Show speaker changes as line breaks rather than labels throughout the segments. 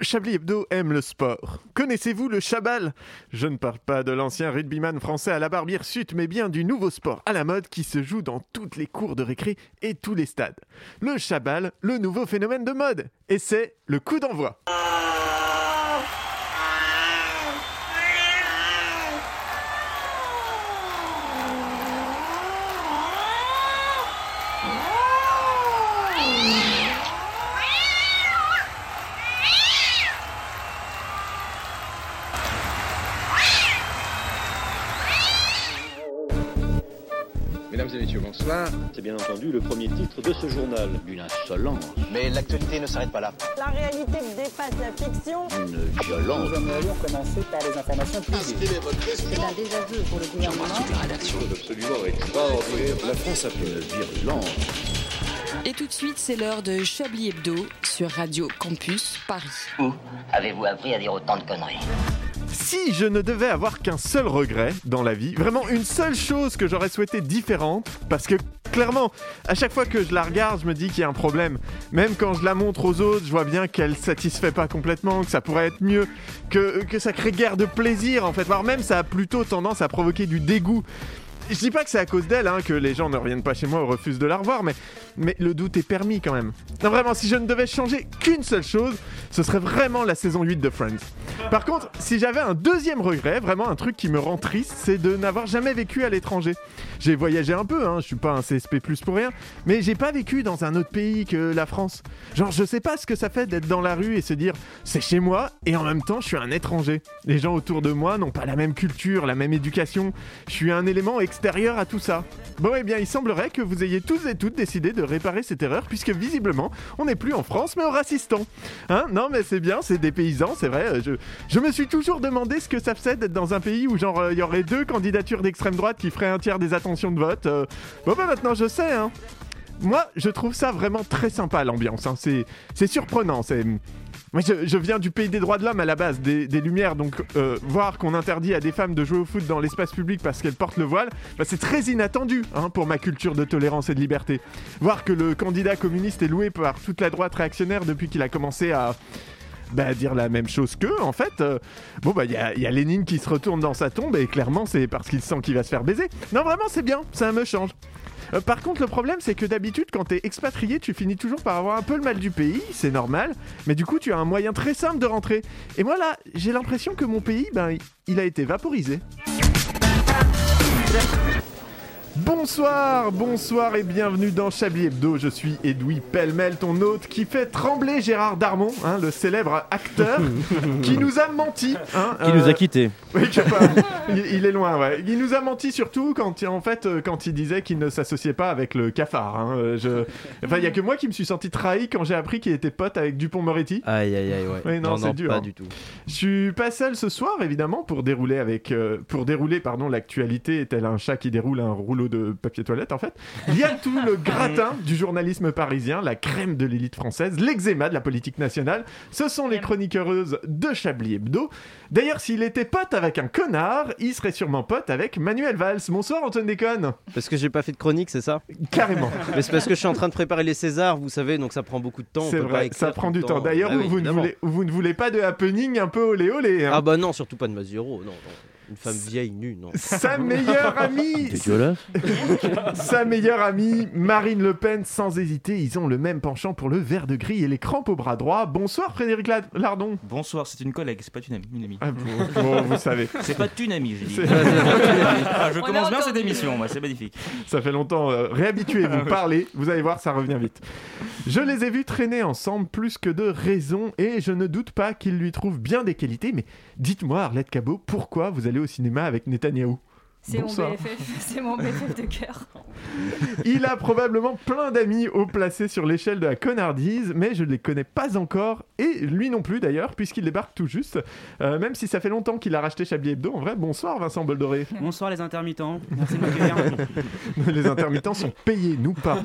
Chablis Hebdo aime le sport. Connaissez-vous le Chabal Je ne parle pas de l'ancien rugbyman français à la barbe hirsute, mais bien du nouveau sport à la mode qui se joue dans toutes les cours de récré et tous les stades. Le Chabal, le nouveau phénomène de mode. Et c'est le coup d'envoi.
Mesdames et messieurs, bonsoir.
C'est bien entendu le premier titre de ce journal. Une insolence,
Mais l'actualité ne s'arrête pas là.
La réalité dépasse la fiction.
une violence.
C'est un désaveu pour le gouvernement.
Et tout de suite, c'est l'heure de Chablis Hebdo sur Radio Campus Paris.
Où avez-vous appris à dire autant de conneries
Si je ne devais avoir qu'un seul regret dans la vie, vraiment une seule chose que j'aurais souhaité différente, parce que clairement, à chaque fois que je la regarde, je me dis qu'il y a un problème. Même quand je la montre aux autres, je vois bien qu'elle satisfait pas complètement, que ça pourrait être mieux, que, que ça crée guère de plaisir en fait, voire même ça a plutôt tendance à provoquer du dégoût. Je dis pas que c'est à cause d'elle hein, que les gens ne reviennent pas chez moi ou refusent de la revoir, mais, mais le doute est permis quand même. Non, vraiment, si je ne devais changer qu'une seule chose, ce serait vraiment la saison 8 de Friends. Par contre, si j'avais un deuxième regret, vraiment un truc qui me rend triste, c'est de n'avoir jamais vécu à l'étranger. J'ai voyagé un peu, hein, je suis pas un CSP pour rien, mais j'ai pas vécu dans un autre pays que la France. Genre, je sais pas ce que ça fait d'être dans la rue et se dire c'est chez moi et en même temps je suis un étranger. Les gens autour de moi n'ont pas la même culture, la même éducation. Je suis un élément extérieur à tout ça. Bon, eh bien, il semblerait que vous ayez tous et toutes décidé de réparer cette erreur puisque visiblement on n'est plus en France mais au Racistan. Hein Non, mais c'est bien, c'est des paysans, c'est vrai. euh, Je, je me suis toujours demandé ce que ça faisait d'être dans un pays où genre euh, il y aurait deux candidatures d'extrême droite qui feraient un tiers des attentions de vote. Euh, bon bah maintenant je sais hein. Moi je trouve ça vraiment très sympa l'ambiance. hein. C'est c'est surprenant. C'est moi, je, je viens du pays des droits de l'homme à la base, des, des Lumières, donc euh, voir qu'on interdit à des femmes de jouer au foot dans l'espace public parce qu'elles portent le voile, bah, c'est très inattendu hein, pour ma culture de tolérance et de liberté. Voir que le candidat communiste est loué par toute la droite réactionnaire depuis qu'il a commencé à, bah, dire la même chose qu'eux, en fait. Euh, bon, bah, il y a, il y a Lénine qui se retourne dans sa tombe et clairement, c'est parce qu'il sent qu'il va se faire baiser. Non, vraiment, c'est bien, ça me change. Euh, par contre, le problème, c'est que d'habitude, quand t'es expatrié, tu finis toujours par avoir un peu le mal du pays, c'est normal, mais du coup, tu as un moyen très simple de rentrer. Et moi, là, j'ai l'impression que mon pays, ben, il a été vaporisé. Bonsoir, bonsoir et bienvenue dans Chablis Hebdo. Je suis Edoui Pellemel, ton hôte qui fait trembler Gérard Darmon, hein, le célèbre acteur qui nous a menti. hein,
Qui
euh,
nous a quittés.
oui, je sais pas. il, il est loin, ouais. Il nous a menti surtout quand, il- en fait, euh, quand il disait qu'il ne s'associait pas avec le cafard. hein. Euh, Je... Enfin, il y a que moi qui me suis senti trahi quand j'ai appris qu'il était pote avec Dupont-Moretti.
Aïe, aïe, aïe, ouais.
Oui, non, c'est dur,
Pas
hein.
du tout.
Je suis pas seul ce soir, évidemment, pour dérouler avec, euh, pour dérouler, pardon, l'actualité, tel un chat qui déroule un rouleau de papier toilette, en fait. Il y a tout le gratin du journalisme parisien, la crème de l'élite française, l'eczéma de la politique nationale. Ce sont les chroniqueuses de Chablis Hebdo. D'ailleurs, s'il était pote avec un connard, il serait sûrement pote avec Manuel Valls. Bonsoir, Antoine Déconne.
Parce que j'ai pas fait de chronique, c'est ça
Carrément.
Mais c'est parce que je suis en train de préparer les Césars, vous savez, donc ça prend beaucoup de temps. on
C'est
peut pas
vrai,
écrire
ça
tout
prend
le
du temps. D'ailleurs,
Ah oui,
vous, ne
évidemment.
voulez- vous ne voulez pas de happening un peu olé olé. hein.
Ah bah non, surtout pas de Mazuro, non, non. Une femme vieille, nue, non.
Sa meilleure
Ah,
amie,
Dégueulasse.
Sa meilleure amie, Marine Le Pen, sans hésiter, ils ont le même penchant pour le vert de gris et les crampes au bras droit. Bonsoir Frédéric La- Lardon.
Bonsoir, c'est une collègue, c'est pas une amie. une amie.
Ah, bon, bon, vous savez,
C'est pas une amie, j'ai dit.
C'est-
Ah, je
On
commence
est
bien
encore-
cette émission, moi, c'est magnifique.
ça fait longtemps. euh, Réhabituez-vous, parlez, vous allez voir, ça revient vite. Je les ai vus traîner ensemble plus que de raison et je ne doute pas qu'ils lui trouvent bien des qualités. Mais dites-moi, Arlette Cabot, pourquoi vous allez au cinéma avec Netanyahou
C'est mon
Bonsoir.
BFF, c'est mon BFF de cœur.
Il a probablement plein d'amis haut placés sur l'échelle de la connardise, mais je ne les connais pas encore, et lui non plus d'ailleurs, puisqu'il débarque tout juste. Euh, même si ça fait longtemps qu'il a racheté Chablis Hebdo, en vrai, bonsoir Vincent Boldoré.
Bonsoir Mm. les intermittents, merci de m'accueillir.
Les intermittents sont payés, nous pas.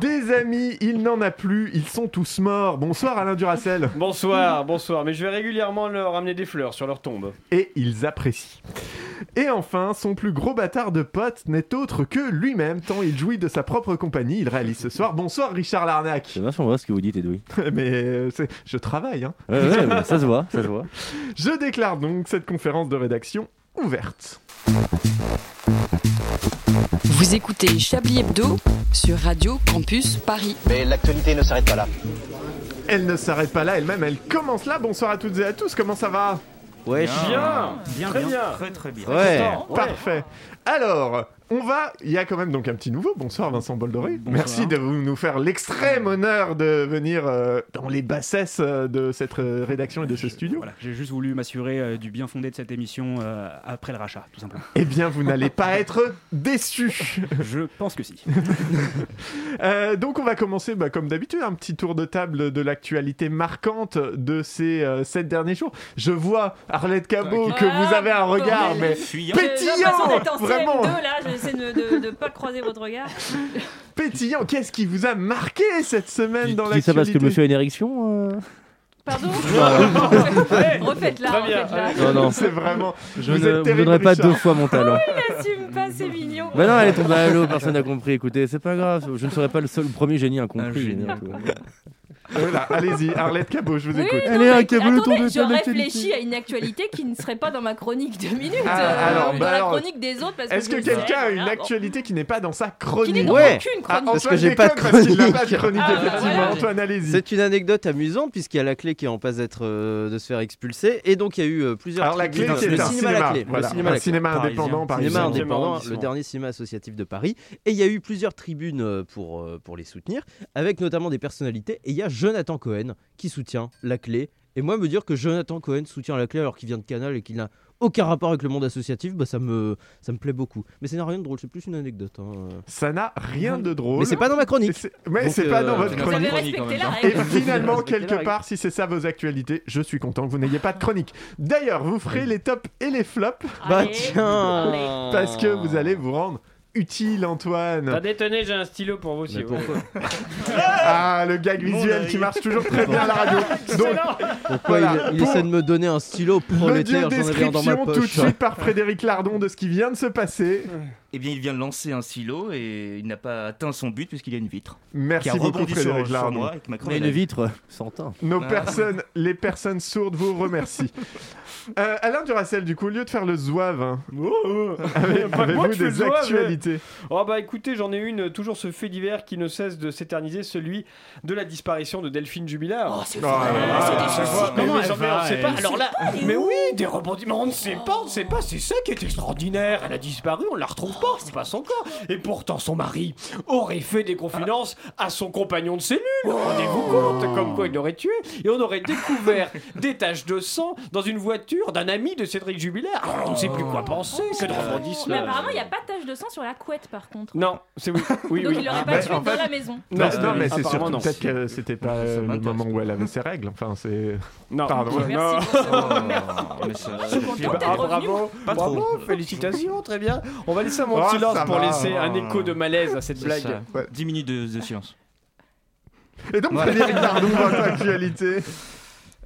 Des amis, il n'en a plus, ils sont tous morts. Bonsoir Alain Duracel.
Bonsoir, bonsoir, mais je vais régulièrement leur amener des fleurs sur leur tombe.
Et ils apprécient. Et enfin, son plus gros bâtard de pote n'est autre que lui-même, tant il jouit de sa propre compagnie. Il réalise ce soir. Bonsoir Richard Larnac.
C'est vachement vrai ce que vous dites, Edoui.
Mais euh, c'est- je travaille. hein.
Ouais, ouais, bah, ça se voit, ça se voit.
Je déclare donc cette conférence de rédaction ouverte.
Vous écoutez Chablis Hebdo sur Radio Campus Paris.
Mais l'actualité ne s'arrête pas là.
Elle ne s'arrête pas là elle-même, elle commence là. Bonsoir à toutes et à tous. Comment ça va
Ouais,
Bien, bien,
Très bien.
Ah.
très très bien.
ouais.
Parfait. Alors, on va. Il y a quand même donc un petit nouveau. Bonsoir Vincent Boldoré.
Bonsoir.
Merci de vous- nous faire l'extrême honneur de venir euh, dans les bassesses euh, de cette euh, rédaction et de ce studio.
Voilà, j'ai juste voulu m'assurer euh, du bien fondé de cette émission euh, après le rachat, tout simplement.
Eh bien, vous n'allez pas être déçus.
Je pense que si.
Euh, donc, on va commencer, bah, comme d'habitude, un petit tour de table de l'actualité marquante de ces euh, sept derniers jours. Je vois Arlette Cabot que
Ah,
vous avez un regard, mais
bordel.
Fuyant.
J'ai l'impression d'être
pétillant,
en
vraiment
CM2 là, j'essaie de de- de pas croiser votre regard.
pétillant. Qu'est-ce qui vous a marqué cette semaine
Tu
dans
dis ça parce que
l'actualité
le monsieur a une érection euh
Pardon
Très
Refaites-la,
bien,
refaites-la.
Non, non,
C'est vraiment.
je
Vous êtes
ne vous
terrible,
donnerai pas
Richard.
deux fois mon talent.
T'assumes Oh, pas, c'est mignon.
Bah non, elle est tombée à l'eau, personne n'a compris. Écoutez, c'est pas grave, je ne serai pas le seul le premier génie
Un
incompris.
génie.
donc, euh,
Voilà, allez-y, Arlette Cabot, je vous
Oui,
écoute.
non,
Allez,
mais
un câble autour de
attendez, je
toi,
réfléchis à une actualité qui ne serait pas dans ma chronique de minutes,
Ah,
euh,
alors,
dans
bah
la
alors,
chronique des autres. parce
Est-ce
je
que
sais,
quelqu'un a une
voilà, bon.
actualité qui n'est pas dans sa
Qui n'est
chronique
dans
Ouais.
aucune chronique.
Ah, Antoine
Parce que j'ai pas de
déconne parce qu'il n'a pas de
chronique.
chronique,
Ah,
effectivement.
voilà.
Antoine, allez-y.
C'est une anecdote amusante puisqu'il y a la clé qui est en passe d'être euh, de se faire expulser et donc il y a eu euh, plusieurs
Alors la clé
tribunes.
qui est
le
un
cinéma, à la clé,
voilà,
le cinéma, à
un
la clé.
cinéma
Parisien.
indépendant
Paris,
Cinéma
parisien.
cinquième
indépendant,
arrondissement.
le dernier cinéma associatif de Paris et il y a eu plusieurs tribunes euh, pour euh, pour les soutenir avec notamment des personnalités et il y a Jonathan Cohen qui soutient la clé et moi me dire que Jonathan Cohen soutient la clé alors qu'il vient de Canal et qu'il n'a aucun rapport avec le monde associatif, bah ça me ça me plaît beaucoup. Mais ça n'a rien de drôle, c'est plus une anecdote. hein.
Ça n'a rien de drôle.
Mais c'est pas dans ma
Et
chronique.
c'est- Mais
Donc,
c'est pas
euh,
dans votre
Vous
Vous avez
chronique.
Chronique en même
respecté la
temps.
Et
règle.
finalement,
Respectez la
quelque
règle.
part, si c'est ça vos actualités, je suis content que vous n'ayez pas de chronique. D'ailleurs, vous ferez les tops et les flops
Bah
Allez. Allez.
tiens.
parce que vous allez vous rendre utile, Antoine.
Attendez, tenez, j'ai un stylo pour vous
Mais pourquoi,
Ah, le gag
Mon
visuel
œil.
qui marche toujours très bien à la radio. Donc,
pourquoi
Voilà.
il, il essaie de me donner un stylo
l'audio
prolétaire J'en avais un dans ma
description tout de
poche.
suite par Frédéric Lardon de ce qui vient de se passer.
Eh bien, il vient de lancer un silo et il n'a pas atteint son but puisqu'il y a une vitre qui
Merci
a
beaucoup,
rebondi sur,
Frédéric
sur
Lardon.
moi avec ma
Mais
chronique.
une vitre, sans teint.
Nos
Ah.
personnes, les personnes sourdes vous remercient. Euh, Alain Duracel, du coup, au lieu de faire le zouave, hein, avez-
Pas que moi,
avez-vous
tu fais le
des
zouave, mais-
actualités
Oh bah écoutez, j'en ai une, euh, toujours ce fait divers qui ne cesse de s'éterniser, celui de la disparition de Delphine Jubilard.
Oh là là. ah,
Comment elle va, elle Alors là, mais oui, des rebondissements, on ne sait pas, on ne sait pas, c'est ça qui est extraordinaire. Elle a disparu, on ne la retrouve pas, c'est pas son corps. Et pourtant, son mari aurait fait des confidences à son compagnon de cellule.
Oh.
Rendez-vous compte, comme quoi il l'aurait tué. Et on aurait découvert des taches de sang dans une voiture d'un ami de Cédric Jubilard. Alors, on ne sait plus quoi penser, que de
Oh.
Euh,
Mais
rebondissements.
apparemment, il n'y a pas de tache de sang sur la couette par contre.
Non, c'est oui. oui,
Donc
oui.
il l'aurait
bah,
pas tué
en
dans
fait-
la maison.
Non,
c'est-
non, mais c'est
apparemment,
surtout
non.
peut-être que c'était pas
Ça
euh, le
m'intéresse.
moment où elle avait ses règles. Enfin, c'est.
Non.
Pardon. Oh.
Non.
Merci pour ce moment.
Mais ça-
Je suis contente
Bah,
d'être
ah,
revenue.
bravo,
Pas
bravo,
trop.
félicitations, très bien. On va laisser un
Oh,
moment de silence
ça
pour
va.
laisser un écho de malaise à cette
C'est
blague.
ça.
Ouais.
10 minutes de, de silence.
Et donc,
Voilà.
Frédéric Lardon, votre actualité.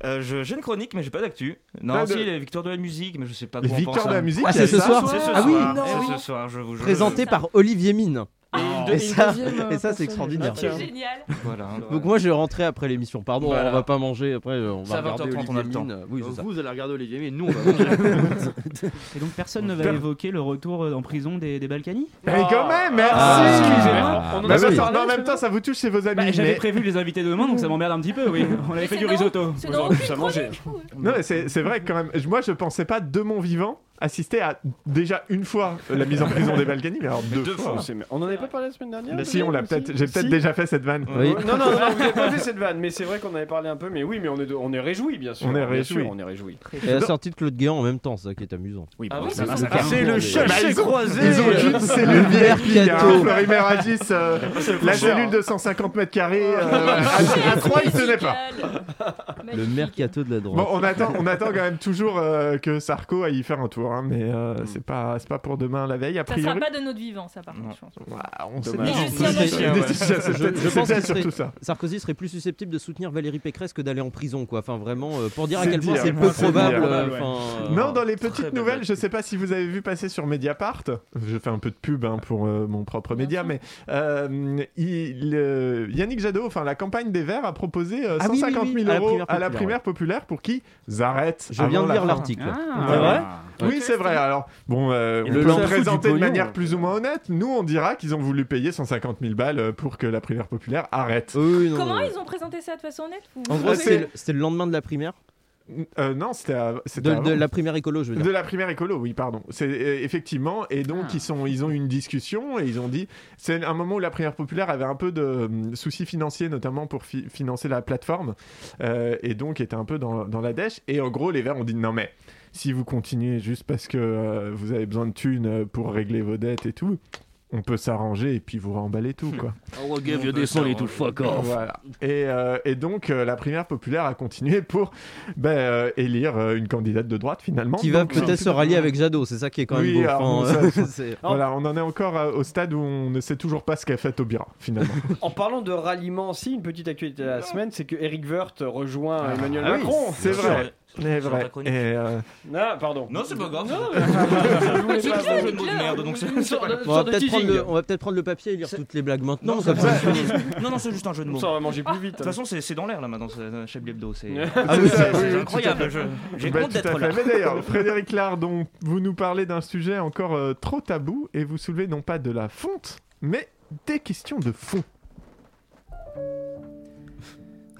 Euh, je- J'ai une chronique, mais j'ai pas d'actu. Non,
Pas de-
si, les victoires de la musique, mais je sais pas
Les
quoi. en
victoires
penser.
hein.
de la musique,
Ah,
il y a
c'est ce
ça
soir.
C'est ce
Ah oui,
soir,
non,
c'est
oui.
ce soir, je vous jure.
Présenté par Olivier Mine.
Et une
Et
de- une
ça,
deuxième,
et ça,
euh,
c'est extraordinaire.
Ah, tiens.
C'est génial.
Voilà.
Donc moi je rentrais après l'émission. Pardon,
Voilà.
on va pas manger après. euh, On
C'est à
va regarder
20h30, on a
Olivier
le temps.
Mine. Oui, c'est ça.
Vous allez regarder Olivier, mais nous on va manger.
Et donc personne ne
va
évoquer le retour euh, en prison des, Balkany
Mais Eh, quand même, merci
Ah,
Excusez-moi, on en
Bah,
a
ça,
pas
ça-
parlé,
en même
c'est
temps, ça vous touche, c'est vos amis.
Bah,
mais-
prévu les invités de demain, donc ça m'emmerde un petit peu, oui. On avait
Mais c'est dans- C'est dans aucune chronique.
Non, mais c'est c'est vrai que quand même. je- Moi, je pensais pas de mon vivant assister à déjà une fois euh, la mise en prison des Balkany, mais alors deux,
deux
fois.
fois.
On en avait pas parlé la semaine dernière
Mais si, on l'a peut-être. J'ai peut-être
Si.
déjà fait cette vanne.
Oui.
Non, non, non, vous n'avez pas fait cette vanne, mais c'est vrai qu'on avait parlé un peu, mais oui, mais on est, de- on est réjouis, bien sûr.
On est
Bien
réjouis.
sûr, On est réjouis.
Et la sortie de Claude Guéant en même temps, c'est ça qui est amusant.
Oui,
Ah
bah,
oui,
ça
c'est
va.
ça.
C'est le chercher croisé
bah, Ils ont qu'une cellule VIP, hein,
mercato.
Florimé Ragis, euh, la cellule de 150 mètres carrés, euh, à, à trois, il tenait pas.
Musical.
Le mercato de la drogue.
Bon, on attend, on attend quand même toujours euh, que Sarko aille y faire un tour. jours, hein, mais euh, c'est pas, c'est pas pour demain la veille. A
Ça sera
priori,
pas de notre vivant, ça par contre, je pense.
Ah, on sait
Dommage.
pas.
Mais juste si on a-
Des Égyptiens, c'est
Je-
peut-être-
je
c'est
pense
peut-être
qu'il serait-
surtout ça.
Sarkozy serait plus susceptible de soutenir Valérie Pécresse que d'aller en prison, quoi. Enfin, vraiment, euh, pour dire à
C'est
quel point
dire.
c'est peu
C'est
probable.
dire.
euh, enfin, euh,
Non, dans les
très
petites
belle
nouvelles,
blague.
je sais pas si vous avez vu passer sur Mediapart, je fais un peu de pub hein, pour euh, mon propre média, mais euh, il, euh, Yannick Jadot, enfin la campagne des Verts, a proposé euh,
Ah oui,
150
oui, oui,
000
à la
euros
primaire
à la
populaire,
primaire populaire pour qu'ils arrêtent.
Je viens
avant
de
la
lire
fin.
l'article.
Ah.
Ah.
C'est vrai
Ouais.
Oui, c'est vrai. Alors, bon, euh,
Ah. Et
on
le
peut
lance-fou
le
du
présenter de
pognon.
manière plus ou moins honnête. Nous, on dira qu'ils ont voulu payer 150 000 balles euh, pour que la primaire populaire arrête.
Comment ils ont présenté ça de façon honnête vous
En
vous
gros,
trouvez
c'était le- c'était le lendemain de la primaire
Ah, Euh, non, c'était av- c'était
de,
avant.
de la primaire écolo, je veux dire.
De la primaire écolo, oui, pardon. C'est euh, effectivement, et donc ils sont, ils ont eu une discussion et ils ont dit, c'est un moment où la primaire populaire avait un peu de hum, soucis financiers, notamment pour fi- financer la plateforme, euh, et donc était un peu dans, dans la dèche. Et en gros, les Verts ont dit non mais si vous continuez juste parce que euh, vous avez besoin de thunes euh, pour régler vos dettes et tout. On peut s'arranger et puis vous remballer tout,
Hmm.
quoi.
Oh, give you this money to fuck off.
Voilà. Et, euh, et donc, euh, la primaire populaire a continué pour ben, euh, élire euh, une candidate de droite, finalement.
Qui va
Donc, euh,
peut-être se rallier avec Jadot, c'est ça qui est quand même
oui,
beau.
alors,
Enfin,
bon, ça-
c'est-
voilà, on en est encore euh, au stade où on ne sait toujours pas ce qu'a fait Taubira, finalement.
En parlant de ralliement, si une petite actualité de la semaine, c'est que Eric Wirth rejoint Emmanuel
Ah oui,
Macron.
c'est
Bien
vrai. C'est
Sur
vrai.
ta chronique.
Et, euh,
Non, pardon.
Non, c'est pas grave.
Je voulais
C'est
pas-
un jeu de mots de merde, donc c'est-
Une sorte de-
on va
sorte de
peut-être prendre,
teasing.
le- on va peut-être prendre le papier et lire toutes les blagues maintenant.
Non,
comme ça.
c'est- non, non, c'est juste un jeu de mots.
Ça, on
De
va manger plus vite.
toute façon, c'est c'est dans l'air là maintenant, c'est- Chablis Hebdo. C'est
Ah oui,
ça, oui, oui,
c'est
tout
incroyable. je- J'ai
bah,
honte
tout à
d'être
fait.
là.
Mais d'ailleurs, Frédéric Lardon, vous nous parlez d'un sujet encore euh, trop tabou et vous soulevez non pas de la fonte, mais des questions de fond.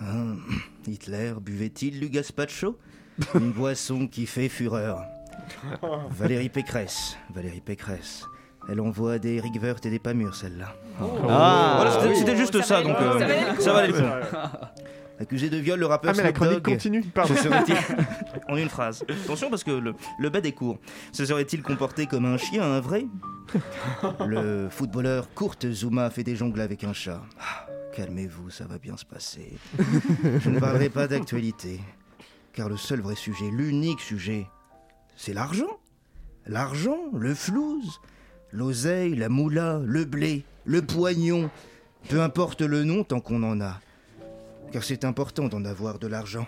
Hein, Hitler buvait-il du gazpacho Une boisson qui fait fureur. Valérie Pécresse, Valérie Pécresse. Elle envoie des Eric Wirth et des pas mûrs, celle-là.
Ah,
Oh. Voilà, c'était-
oui.
c'était juste ça, donc euh, ça valait le coup.
Accusé de viol, le
Ah,
rappeur
mais la
Snoop
chronique
Dogg-
continue. Pardon.
se serait-il- en une phrase. Attention parce que le, le bed est court. Se serait-il comporté comme un chien, un vrai Le footballeur Kurt Zuma fait des jongles avec un chat. Ah, Calmez-vous, ça va bien se passer. Je ne parlerai pas d'actualité, car le seul vrai sujet, l'unique sujet, c'est l'argent. L'argent, le flouze, l'oseille, la moula, le blé, le poignon, peu importe le nom tant qu'on en a, car c'est important d'en avoir de l'argent.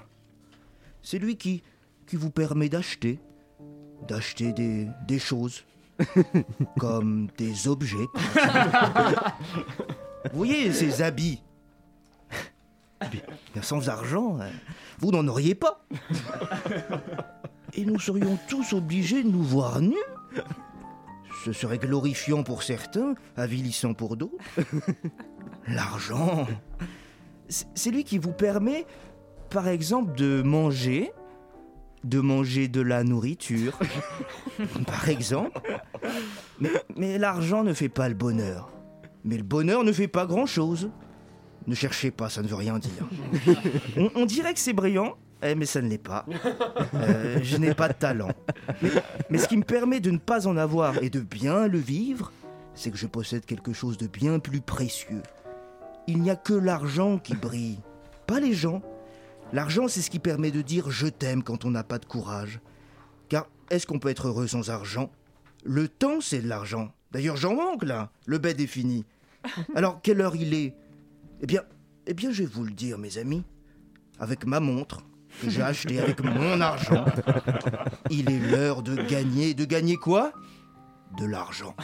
C'est lui qui, qui vous permet d'acheter. D'acheter des, des choses. comme des objets. vous voyez ces habits Bien, Sans argent, euh, vous n'en auriez pas. Et nous serions tous obligés de nous voir nus. Ce serait glorifiant pour certains, avilissant pour d'autres. L'argent, c'est c'est lui qui vous permet par exemple de manger, de manger de la nourriture, par exemple. Mais, mais l'argent ne fait pas le bonheur. Mais le bonheur ne fait pas grand-chose. Ne cherchez pas, ça ne veut rien dire. On, on dirait que c'est brillant, eh, mais ça ne l'est pas. Euh, je n'ai pas de talent. Mais, mais ce qui me permet de ne pas en avoir et de bien le vivre, c'est que je possède quelque chose de bien plus précieux. Il n'y a que l'argent qui brille, pas les gens. L'argent, c'est ce qui permet de dire je t'aime quand on n'a pas de courage. Car est-ce qu'on peut être heureux sans argent Le temps, c'est de l'argent. D'ailleurs, j'en manque là. Le bed est fini. Alors, quelle heure il est Eh bien, eh bien, je vais vous le dire, mes amis. Avec ma montre que j'ai achetée avec mon argent, il est l'heure de gagner. De gagner quoi De l'argent.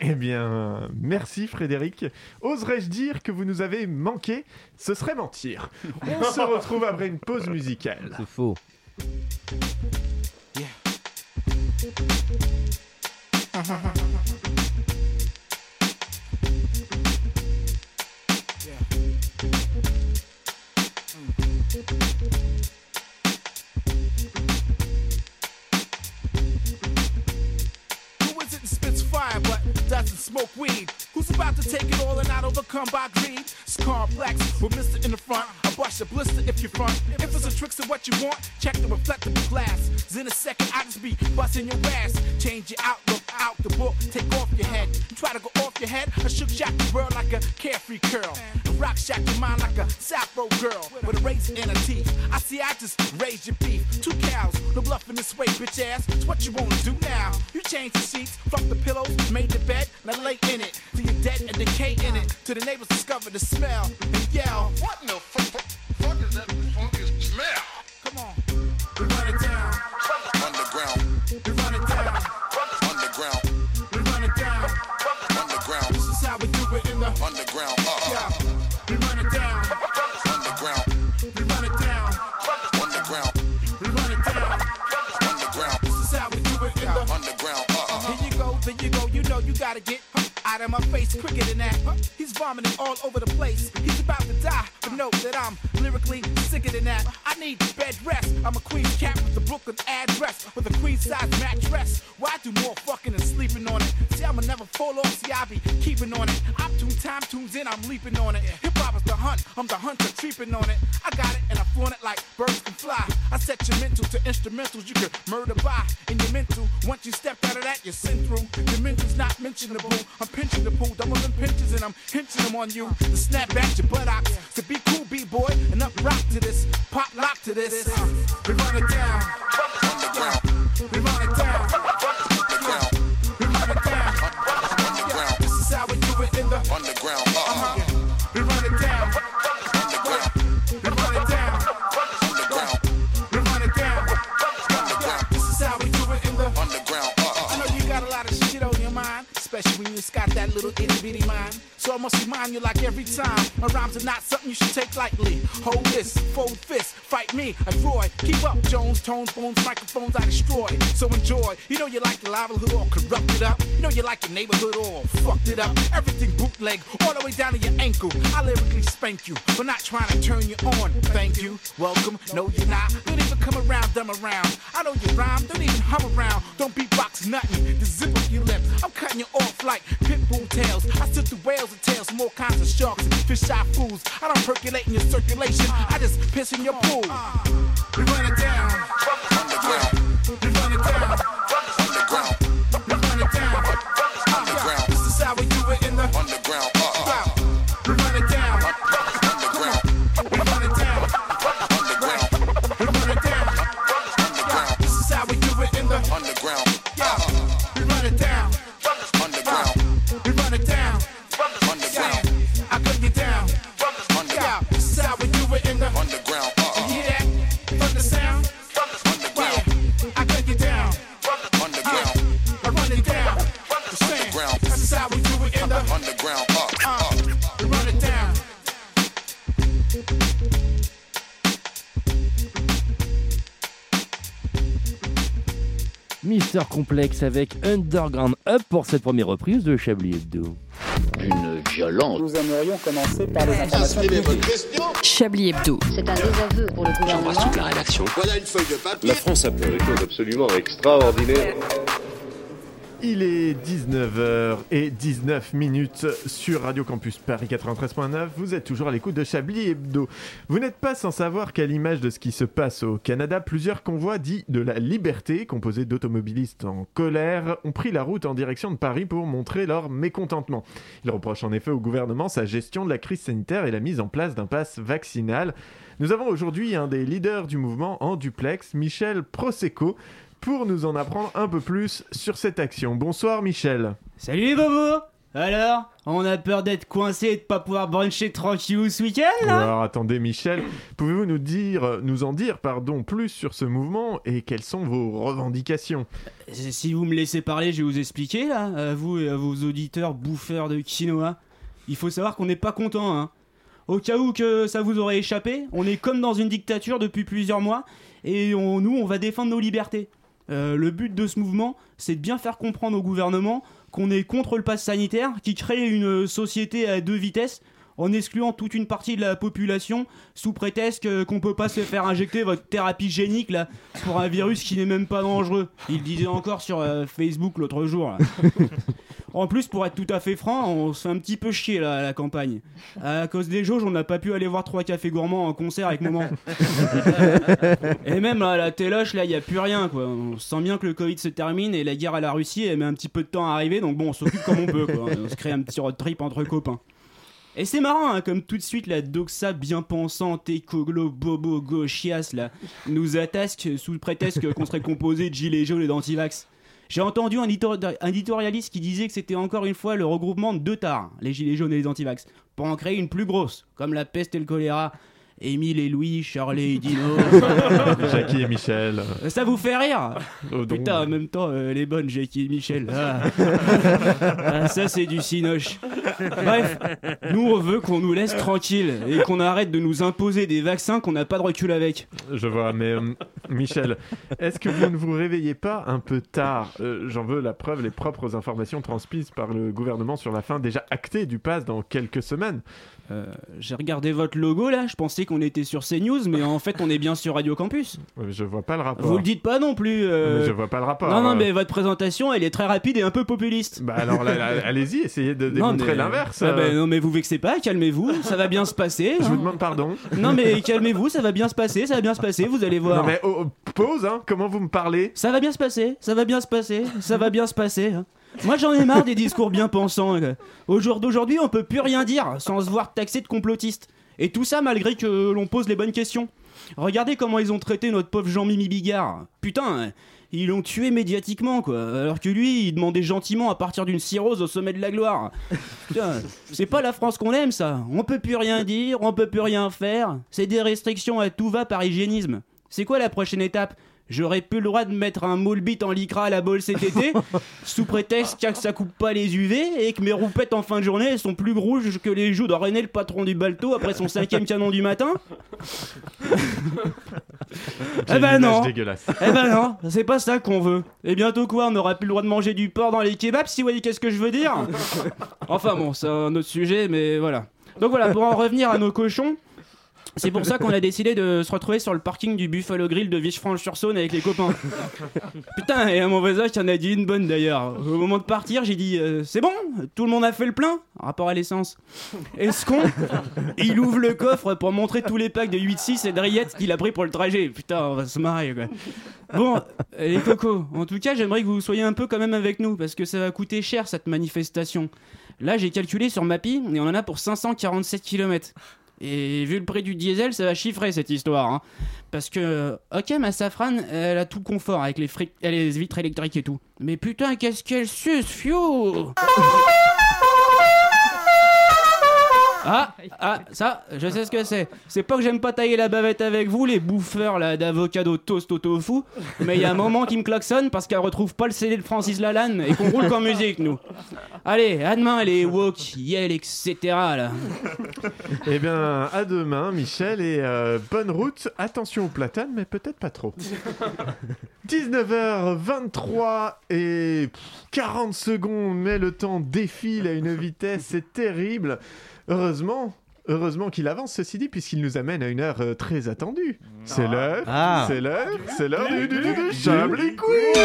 Eh bien, merci Frédéric. Oserais-je dire que vous nous avez manqué Ce serait mentir. On se retrouve après une pause musicale.
C'est faux.
Who is it that spits fire but doesn't smoke weed? Who's about to take it all and not overcome by greed? It's complex with Mr. in the front. I bust a blister if you front. If it's a tricks of what you want, check the reflective glass. 'Cause in a second, I just be busting your ass. Change your outlook, out the book, take off your head. You try to go off your head, I shook shot the world like a carefree curl. And rock shack your mind like a Sappho girl with a razor and a teeth. I see I just raised your beef. Two cows, no bluffing this way, bitch ass. It's what you wanna do now. You changed the sheets, fluffed the pillows, made the bed, now lay in it. Till you're dead and decay in it. Till the neighbors discover the smell and yell. What in the fu- fu- fuck is that funky smell? Come on. We run it down. Underground. We run it down. Underground. We run it down. Underground. This is how we do it in the underground. Yeah. We run it down. Underground. We run it down. Underground. We run it down. Underground. This is how we do it in the underground. Uh, Here you go, there you go. You know you gotta get huh, out of my face quicker than that. Huh, He's vomiting all over the place. He's about to die, but know that I'm lyrically sicker than that. I need bed rest. I'm a Queens cat with the Brooklyn address, with a queen size mattress. Why do more fucking than sleeping on it? See, I'ma never fall off. See, I be keeping on it. I'm tuned, time tunes in, I'm leaping on it. Hip hop is the hunt, I'm the hunter creeping on it. I got it and I flaunt it like birds can fly. I set your mental to instrumentals you could murder by in your mental. Once you step out of that, you're sent through. Your mental's not mentionable. I'm pinching the pool, double them pinches, and I'm hinching them on you. To snap back your buttocks. So be cool, B boy, and up rock to this, pop lock to this. Uh, we run it down. We run it down. Yeah. We run it down. Yeah. This is how we do it in the underground. Uh-huh. We run it down. We run it down. We run it down. Yeah. This is how we do it in the underground. I know you got a lot of shit on your mind, especially when you just got that little itty bitty mind. So I must remind you like every time. My rhymes are not something you should take lightly. Hold this, fold fist, fight me, like Roy. Keep up, Jones, tones, bones, microphones I destroy. So enjoy. You know you like your livelihood all corrupted up. You know you like your neighborhood all fucked it up. Everything bootleg, all the way down to your ankle. I lyrically spank you, but not trying to turn you on. Thank you, welcome, no you're not. Don't even come around, dumb around. I know you rhyme, don't even hum around. Don't beatbox nothing, just zip up your lips. I'm cutting you off like pit bull tails. I sit through whales and tails from all kinds of sharks and fish eye fools. I don't percolate in your circulation, I just piss in your pool. Uh, We run it down. We run it down. We run it down. Yeah, This is how we do it in the underground. We run it down. Come on. We run it down. Right. We run it down. Yeah, This is how we do it in the underground. Yeah. We run it down. Underground. We run it down. Underground. I cut you down. Yeah. This is how we do it in the underground. You hear that? Thunder sound. Underground. I cut you down. Underground. I run it down. Underground. This is how we do it in the underground. Uh, we run it down.
Mister Complexe avec Underground Up pour cette première reprise de Chablis Hebdo. Une violence.
Nous aimerions commencer par les informations
Chablis Hebdo.
C'est un désaveu pour le gouvernement.
la rédaction.
Voilà une feuille de papier.
La France a fait des choses absolument extraordinaires.
Il est 19h et 19 minutes sur Radio Campus Paris 93.9. Vous êtes toujours à l'écoute de Chablis Hebdo. Vous n'êtes pas sans savoir qu'à l'image de ce qui se passe au Canada, plusieurs convois dits de la liberté, composés d'automobilistes en colère, ont pris la route en direction de Paris pour montrer leur mécontentement. Ils reprochent en effet au gouvernement sa gestion de la crise sanitaire et la mise en place d'un pass vaccinal. Nous avons aujourd'hui un des leaders du mouvement en duplex, Michel Prosecco, pour nous en apprendre un peu plus sur cette action. Bonsoir Michel.
Salut Bobo Alors, on a peur d'être coincé et de pas pouvoir bruncher tranquillou ce week-end là
Alors attendez Michel, pouvez-vous nous dire, euh, nous en dire pardon plus sur ce mouvement et quelles sont vos revendications
Euh, Si vous me laissez parler, je vais vous expliquer là, à vous et à vos auditeurs bouffeurs de quinoa. Il faut savoir qu'on n'est pas content, hein. Au cas où que ça vous aurait échappé, on est comme dans une dictature depuis plusieurs mois et on- nous, on va défendre nos libertés. Euh, le but de ce mouvement, c'est de bien faire comprendre au gouvernement qu'on est contre le pass sanitaire qui crée une société à deux vitesses en excluant toute une partie de la population sous prétexte que- qu'on peut pas se faire injecter votre thérapie génique là pour un virus qui n'est même pas dangereux. Il disait encore sur euh, Facebook l'autre jour. là. En plus, pour être tout à fait franc, on se fait un petit peu chier là à la campagne. À cause des jauges, on n'a pas pu aller voir trois cafés gourmands en concert avec maman. et même à la téloche, là, il n'y a plus rien quoi. On sent bien que le Covid se termine et la guerre à la Russie, elle met un petit peu de temps à arriver. Donc bon, on s'occupe comme on peut quoi. On se crée un petit road trip entre copains. Et c'est marrant, hein, comme tout de suite la doxa bien pensante, écolo, bobo, gauchias, là, nous attaque sous le prétexte qu'on serait composé de gilets jaunes et d'antivax. J'ai entendu un, éditori- un éditorialiste qui disait que c'était encore une fois le regroupement de deux tards, les gilets jaunes et les antivax, pour en créer une plus grosse, comme la peste et le choléra. Émile et Louis, Charlie et Dino.
Jackie et Michel.
Euh, Ça vous fait rire
Oh, donc.
Putain, en même temps, euh, les bonnes, Jackie et Michel. Ah. Ah, ça, c'est du cinoche. Bref, nous, on veut qu'on nous laisse tranquille et qu'on arrête de nous imposer des vaccins qu'on n'a pas de recul avec.
Je vois, mais euh, Michel, est-ce que vous ne vous réveillez pas un peu tard Euh, J'en veux la preuve, les propres informations transmises par le gouvernement sur la fin déjà actée du pass dans quelques semaines.
Euh, J'ai regardé votre logo là, je pensais qu'on était sur CNews, mais en fait, on est bien sur Radio Campus.
Euh, Je vois pas le rapport.
Vous le dites pas non plus. euh.
Mais je vois pas le rapport.
Non, non,
Euh,
mais votre présentation, elle est très rapide et un peu populiste.
Bah alors là, là, allez-y, essayez de
Non,
démontrer
mais-
l'inverse.
Ah ben
euh.
non, mais vous vexez pas, calmez-vous, ça va bien se passer. Je
vous demande pardon.
Non, mais calmez-vous, ça va bien se passer, ça va bien se passer, vous allez voir.
Non, mais oh, oh, pause, hein, comment vous me parlez
Ça va bien se passer, ça va bien se passer, ça va bien se passer. hein. Moi j'en ai marre des discours bien pensants. là. Au jour d'aujourd'hui, on peut plus rien dire sans se voir taxé de complotiste. Et tout ça malgré que l'on pose les bonnes questions. Regardez comment ils ont traité notre pauvre Jean-Mimi Bigard. Putain, ils l'ont tué médiatiquement quoi, alors que lui, il demandait gentiment à partir d'une cirrhose au sommet de la gloire. Putain, c'est pas la France qu'on aime ça. On peut plus rien dire, on peut plus rien faire. C'est des restrictions à tout va par hygiénisme. C'est quoi la prochaine étape J'aurais plus le droit de mettre un moule bit en lycra à la bolle cet été, sous prétexte que ça coupe pas les UV et que mes roupettes en fin de journée elles sont plus rouges que les joues de René le patron du Balto après son cinquième canon du matin
J'ai
Eh ben
une image
non
dégueulasse.
Eh ben non, c'est pas ça qu'on veut. Et bientôt quoi, on n'aura plus le droit de manger du porc dans les kebabs si vous voyez qu'est-ce que je veux dire Enfin bon, c'est un autre sujet, mais voilà. Donc voilà, pour en revenir à nos cochons, c'est pour ça qu'on a décidé de se retrouver sur le parking du Buffalo Grill de Villefranche-sur-Saône avec les copains. Putain, et à mon voisin qui en a dit une bonne d'ailleurs. Au moment de partir, j'ai dit euh, C'est bon Tout le monde a fait le plein Rapport à l'essence. Et ce con, il ouvre le coffre pour montrer tous les packs de 8-6 et de rillettes qu'il a pris pour le trajet. Putain, on va se marrer quoi. Bon, euh, les cocos, en tout cas, j'aimerais que vous soyez un peu quand même avec nous parce que ça va coûter cher cette manifestation. Là, j'ai calculé sur Mappy et on en a pour 547 km. Et vu le prix du diesel, ça va chiffrer cette histoire. hein. Parce que, ok, ma safrane, elle a tout le confort avec les, fric- euh, les vitres électriques et tout. Mais putain, qu'est-ce qu'elle suce, fio Ah, ah, ça, je sais ce que c'est. C'est pas que j'aime pas tailler la bavette avec vous, les bouffeurs là d'avocado toast au tofu, mais il y a un moment qui me klaxonne parce qu'elle retrouve pas le CD de Francis Lalanne et qu'on roule qu'en musique, nous. Allez, à demain les woke, yell, etc. là.
Eh bien, à demain, Michel, et euh, bonne route. Attention aux platanes, mais peut-être pas trop. 19h23 et pff, 40 secondes, mais le temps défile à une vitesse, c'est terrible. Heureusement. Heureusement qu'il avance, ceci dit, puisqu'il nous amène à une heure euh, très attendue. C'est l'heure,
Ah.
c'est l'heure, c'est l'heure du, du, du, du
du-
Chablis Quiz.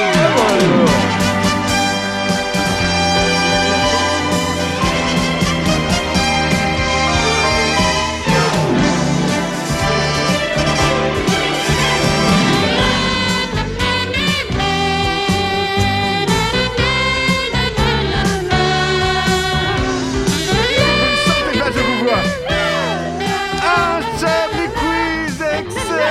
Sortez pas, je vous vois. Un Chablis Quiz exceptionnel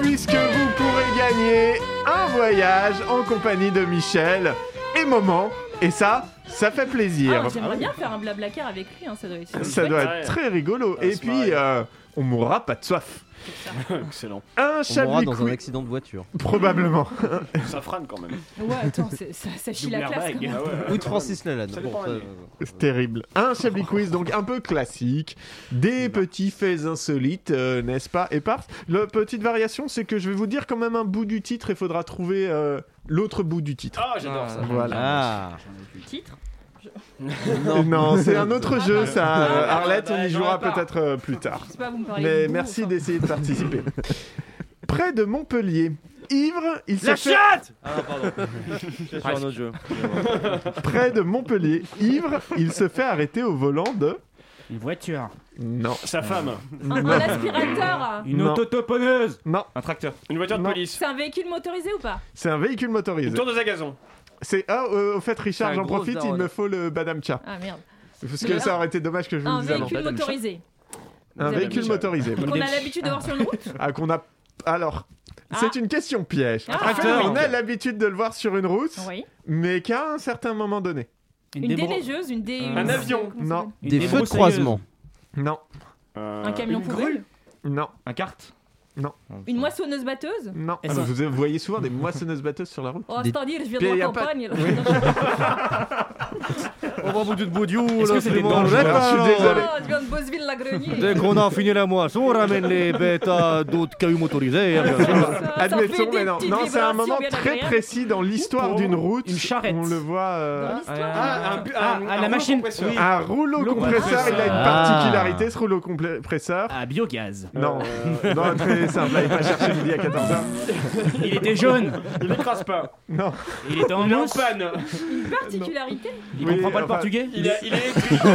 puisque vous pourrez gagner un voyage en compagnie de Michel et Maman. Et ça, ça fait plaisir.
Ah, J'aimerais bien faire un blablacar avec lui, hein, ça doit être.
Ça doit être très rigolo. Et puis, euh, on mourra pas de soif.
Excellent.
Un
On mourra
Chablis
dans un
Quiz.
accident de voiture.
Probablement.
Ça frane quand même.
Ouais, attends, c'est- ça, ça chie la
Double
classe.
airbag.
quand même.
Ah ouais.
Ou de Francis Lalanne.
Ça
Bon,
dépend
ça-
la nuit.
C'est terrible. Un Chablis Quiz, donc un peu classique. Des petits faits insolites, euh, n'est-ce pas Et par la petite variation, c'est que je vais vous dire quand même un bout du titre et faudra trouver euh, l'autre bout du titre.
Ah, j'adore ça.
Voilà.
Ah.
Ah.
Titre
Non, c'est un autre jeu, ça. euh,
Ah, bah,
Arlette,
bah,
on y
j'en ai
jouera
pas.
peut-être euh, plus tard.
Je sais pas, vous me parlez
Mais
de boue,
merci
enfin.
d'essayer de participer. Près de Montpellier, ivre, il se
La
fait...
chatte
Ah, pardon. J'ai sur un autre jeu.
Près de Montpellier, ivre, il se fait arrêter au volant de...
Une voiture.
Non.
Sa femme.
Un,
Non.
un aspirateur
Une Non.
autotoponeuse
Non.
Un tracteur.
Une voiture de police.
C'est un véhicule motorisé ou pas
C'est un véhicule motorisé.
Une tourneuse à gazon.
C'est ah, euh, au fait Richard,
C'est un
j'en
gros
profite, il
daron.
me faut le Madame Cha.
Ah merde.
Parce que ça aurait été dommage que je vous
Un
le dise avant.
véhicule motorisé.
Un
Madame
véhicule
Michel.
motorisé.
Qu'on a l'habitude de voir sur une route
Ah, qu'on a. Alors, c'est une question piège.
Ah.
on a l'habitude de le voir sur une route,
Oui.
mais qu'à un certain moment donné.
Une déneigeuse, une dé...
Un
une-
avion.
comment ça
Non.
s'appelle
Des feux de croisement.
Non. Euh,
Un camion poubelle
Non.
Un kart
Non.
Une moissonneuse-batteuse
Non. Ah, mais vous voyez souvent des moissonneuses-batteuses sur la route
Oh,
Des-
c'est-à-dire, je viens
Puis
de
y
la
a pas-
campagne.
Oui.
Au revoir, bout de bout du
Est-ce que c'était dangereux
Oh,
Je suis désolé.
Ah,
je viens de Beauceville-la-Grenier.
Dès qu'on a fini la moisson, on ramène les bêtes à d'autres cailloux motorisés. hein, bien sûr.
fait
Admettons,
des
mais non,
petites
non c'est un
vibrations
moment
bien
très
agréables.
précis dans l'histoire d'une route. Une charrette. On le voit. euh,
Ah, un bu- un- un rouleau compresseur. Oui.
Un rouleau
Rouleau
compresseur, il a une
compresseur. Ah,
particularité ce rouleau compresseur.
Un biogaz.
Non,
Euh,
non, très simple, allez pas chercher midi à 14h.
Il était jaune. Il écrase pas.
Non.
Il était en
Il est en
mousse.
panne.
Particularité
Il comprend pas le portugais Ah
Il est- il est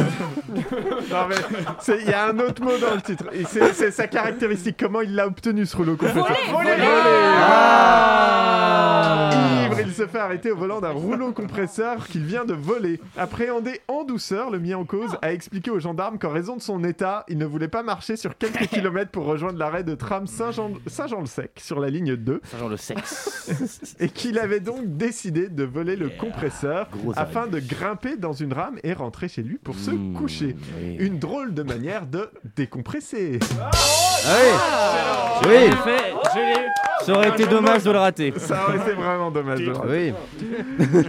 Non, mais c'est- il y a un autre mot dans le titre. Et c'est, c'est sa caractéristique. Comment il l'a obtenu ce rouleau compresseur
Voler.
Voler.
Ah.
Ivre, il se fait arrêter au volant d'un rouleau compresseur qu'il vient de voler. Appréhendé en douceur, le mis en cause a expliqué aux gendarmes qu'en raison de son état, il ne voulait pas marcher sur quelques kilomètres pour rejoindre l'arrêt de tram Saint-Jean, Saint-Jean-le-Sec sur la ligne 2.
Saint-Jean-le-Sec.
et qu'il avait donc décidé de voler le compresseur
Gros
afin de grimper dans une rame et rentrer chez lui pour se
Mmh,
coucher. Une drôle de manière de décompresser.
Oui. Oui. Parfait, Ça aurait été dommage de le rater.
Ah, Ça aurait été vraiment dommage de le rater.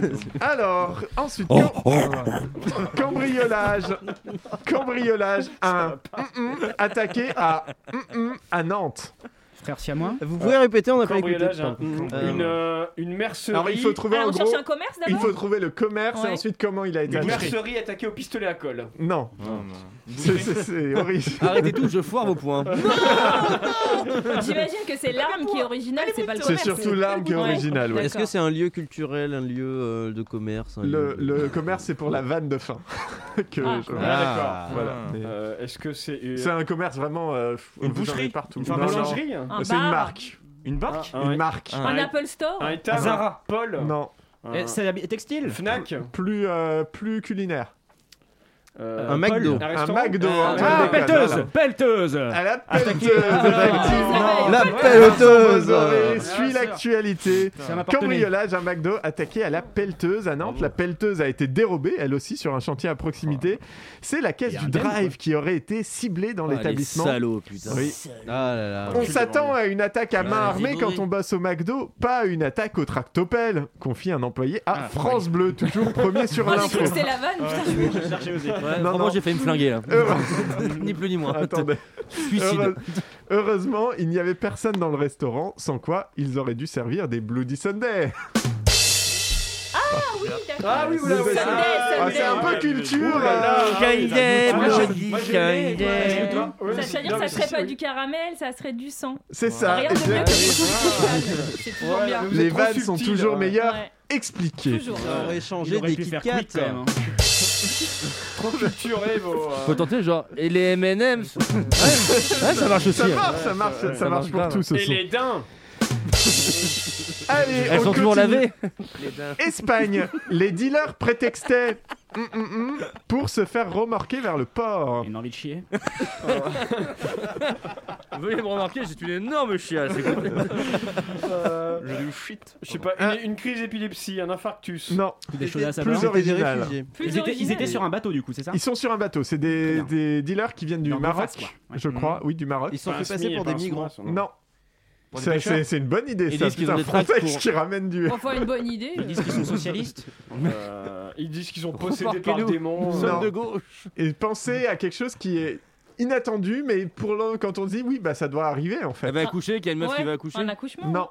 Alors, ensuite,
Oh,
cam- cambriolage. Cambriolage à attaqué à mm-mm à Nantes.
Frère Siamois
Vous pouvez répéter, on n'a pas écouté.
Cambriolage, hein. Une, euh, une mercerie.
Alors, il faut trouver en gros. il faut trouver le commerce et
Ouais.
ensuite comment il a été
Une
attaqué.
mercerie Oh, attaquée au pistolet à colle.
Non. C'est- c'est- C'est horrible.
Arrêtez tout, je foire vos points.
J'imagine que c'est l'arme qui est originale, c'est pas le
C'est
commerce.
surtout l'arme qui est
Ouais.
originale. ouais.
Est-ce que c'est un lieu culturel, un lieu euh, de commerce un
Le,
lieu-
le commerce, c'est pour la vanne de fin. que
Ah,
je-
Ah,
Voilà.
d'accord.
Mais-
Euh, Est-ce que c'est. euh,
C'est un commerce vraiment. euh, f- vous en
Une
avez
boucherie
partout.
Une boulangerie hein. Ah, Un
C'est une
bar
marque.
Une barque
Une marque.
Un Apple Store
Un état
Zara.
Paul
Non.
Eh, Oh. C'est la bi- textile
Fnac
Plus, euh, plus culinaire.
Un McDo.
Euh, Un,
restaurant
McDo. hein,
Ah, ah,
tu me déconnes,
pelleteuse
voilà.
Pelleteuse
À la
Attaquer-
pelleteuse, effectivement.
Ah,
La
pelleteuse.
pelleteuse.
Ah,
Suis
sûr.
l'actualité.
Ça m'appartenait.
Cambriolage, un McDo attaqué à la pelleteuse à Nantes. La pelleteuse a été dérobée, elle aussi, sur un chantier à proximité. C'est la caisse du drive qui aurait été ciblée dans
Oh,
Ah, les
l'établissement.
salauds, putain.
Oui.
Ah là là.
On s'attend à une attaque à main
Ah,
armée
Grégory.
quand on bosse au McDo, pas à une attaque au tractopelle, confie un employé à France Bleu, toujours premier sur
Oh, j'ai
l'info.
cru que c'était la vanne, putain, je suis-
Non,
Vraiment,
non. Euh,
j'ai failli me flinguer là. ni plus ni moins.
Attendez.
Suicide.
Heureuse- Heureusement, il n'y avait personne dans le restaurant, sans quoi ils auraient dû servir des Bloody Sunday.
Ah oui, d'accord.
Ah oui, vous l'avez.
Sunday,
Ah,
Sunday.
c'est un peu culture.
Ouh Oh là là.
euh,
Sunday,
Moi, je-
Bloody
moi, je l'ai,
Sunday.
ouais.
Ouais,
Ça, C'est-à-dire
non,
que
mais
ça serait
si,
pas
oui.
du caramel, ça serait du sang.
C'est ça,
Rien de mieux que les
exactement.
trucs. C'est toujours
Ouais,
bien.
mais vous Les êtes trop vannes sont subtil, toujours hein. meilleures.
Ouais.
Expliqué.
Toujours.
On aurait
Il
changé
aurait
des
pu
Kit
faire
Kat.
quick, quand même, hein.
Trop culturé, vos. euh,
Faut tenter genre et les M&M's. ouais, ouais, ça marche aussi.
Ça
hein.
marche, ça marche, ça marche pour
grave.
tous, ce
Et
son.
les daims
Allez,
Elles
on
sont toujours
continue.
lavées.
Espagne, les dealers prétextaient mm, mm, mm, pour se faire remorquer vers le port.
Une envie de chier
Veuillez me remarquer, j'ai une énorme chiasse.
Euh,
Je du shit.
Je sais pas, une, une crise d'épilepsie, un infarctus.
Ah. Non,
Des choses à savoir.
plus original.
Ils étaient- Ils étaient sur un bateau du coup, c'est ça
Ils sont sur un bateau, c'est des, des dealers qui viennent du
Dans
Maroc,
Belfast, quoi. Ouais. Mmh.
je crois, oui, du Maroc.
Ils sont fait passer pour des migrants.
Non.
Pour des
Ça,
pêcheurs
C'est c'est une bonne idée,
Ils
ça.
disent qu'ils
putain,
ont des tracts
Frontex
pour-
qui ramène du.
Enfin, une bonne idée.
Ils disent qu'ils sont socialistes
Euh, ils disent qu'ils sont possédés par euh, le
Remarquez-nous.
démon.
Nous sommes
Non.
de gauche.
Et penser à quelque chose qui est inattendu, mais pour le- quand on dit oui, bah ça doit arriver en fait.
Elle va accoucher, qu'il y a une meuf qui
Ouais,
va accoucher.
Un accouchement
Non,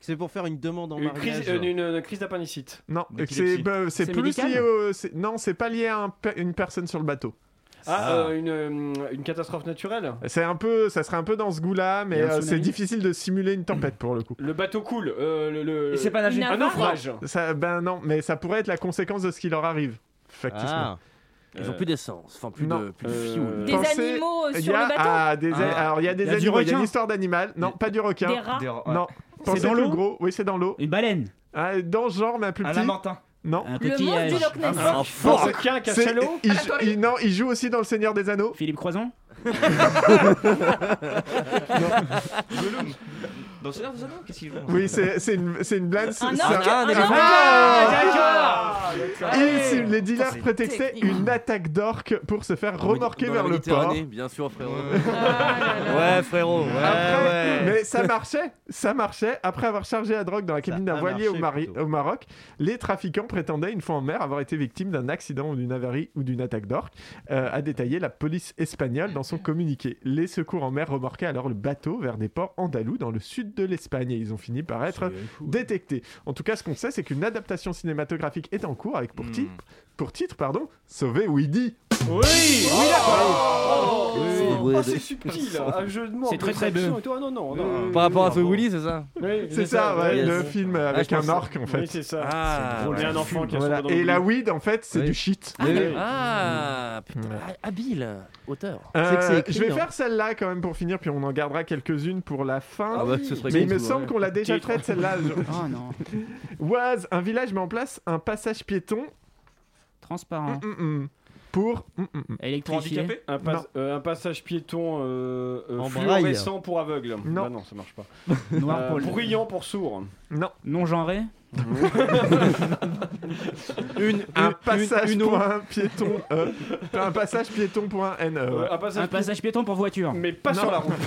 C'est pour faire une demande en
Une
mariage.
crise, euh, une, une crise d'appendicite.
non,
D'épilepsie.
c'est bah, c'est
C'est
plus
médical
lié au. c'est- Non, c'est pas lié à un pe- une personne sur le bateau.
Ah, euh, une, euh, une catastrophe naturelle
C'est un peu, ça serait un peu dans ce goût-là, mais
Et un
euh, c'est
tsunami
difficile de simuler une tempête pour le coup.
Le bateau coule. euh, le, le-
Il sait pas nager. Ah, Une
Un
avare.
naufrage.
Ça, ben non, mais ça pourrait être la conséquence de ce qui leur arrive.
Ah.
Factiquement.
Ils ont plus d'essence, enfin plus
Non. Euh,
de plus de fioul.
Des animaux sur
Il y a-
le bateau
ah, des-
Euh, Ah.
Alors il y a des
Il y a du
animaux, il y a une
requin.
histoire d'animal. Non, pas du requin.
Des rats
Non. Pensez
dans
plus
l'eau
gros. Oui, c'est dans l'eau.
Une baleine
Ah, dans ce genre, mais un plus
Un
petit.
lamentin.
Non.
Un
Le
coquillage.
monstre du Loch Ness.
Un fork.
C'est- il, jou- il- non, il joue aussi dans Le Seigneur des Anneaux.
Philippe Croison
Dans ce sens, qu'est-ce qu'il joue
Oui, c'est c'est une, c'est une blague. c'est-
Un
c'est
orque, un
un- un-
orque.
Ah,
Ah,
d'accord.
d'accord.
Et si les
Putain,
dealers
c'est
prétextaient
technique.
une attaque d'orques pour se faire
Dans la
remorquer
Méditer-
vers
Ah dans la
le port.
Méditerranée, Bien sûr, frérot.
là.
Ouais, frérot. Ouais,
Après,
ouais.
Mais ça marchait, ça marchait. Après avoir chargé la drogue dans la cabine d'un
a
voilier au,
marché,
Mari- au Maroc, les trafiquants prétendaient une fois en mer avoir été victimes d'un accident ou d'une avarie ou d'une attaque d'orques, euh, a détaillé la police espagnole dans son communiqué. Les secours en mer remorquaient alors le bateau vers des ports andalous dans le sud de l'Espagne et ils ont fini par être détectés. En tout cas, ce qu'on sait, c'est qu'une adaptation cinématographique est en cours avec
Hmm.
pour titre, pour titre pardon, Sauver Weedy.
Oui, oui, d'accord.
Oui.
Oh,
Oui.
c'est subtil, un jeu de mots.
C'est très, très
abstraction
beau.
et tout. Ah, non, non, non.
Par rapport à ce Willy, c'est ça
Oui,
C'est ça, ouais,
Yes.
le film
Ah,
avec
je
un
pensais-
orque en fait.
oui, c'est ça. Ah, C'est drôle.
voilà.
Il y a un enfant qui a
Voilà.
sauté dans
Et
le
la
lit.
weed en fait, c'est
Oui.
du shit.
Ah,
Oui.
ah, putain, habile, auteur.
Euh,
C'est que c'est écrit,
je vais
hein.
faire celle-là quand même pour finir, puis on en gardera quelques-unes pour la fin.
Ah bah, ce serait
mais il
cool,
me
ouais.
semble qu'on l'a déjà
Titre.
traite celle-là.
Oh,
Ah,
non. Oise, un village met en place un passage piéton. Mm,
Transparent.
Pour. mm,
Électrifié.
Handicapé un, pas-
Non.
euh, un passage piéton euh, euh,
En braille.
fluorescent pour aveugle.
Non.
Bah non, ça marche pas.
Noir
Euh,
pour le- Oh,
bruyant pour sourd.
Non.
Non genré
Une, un passage
une eau.
pour un piéton. euh, un passage piéton pour un N. euh, ouais.
un passage,
Un passage piéton pour voiture.
Mais pas
Non.
sur la route.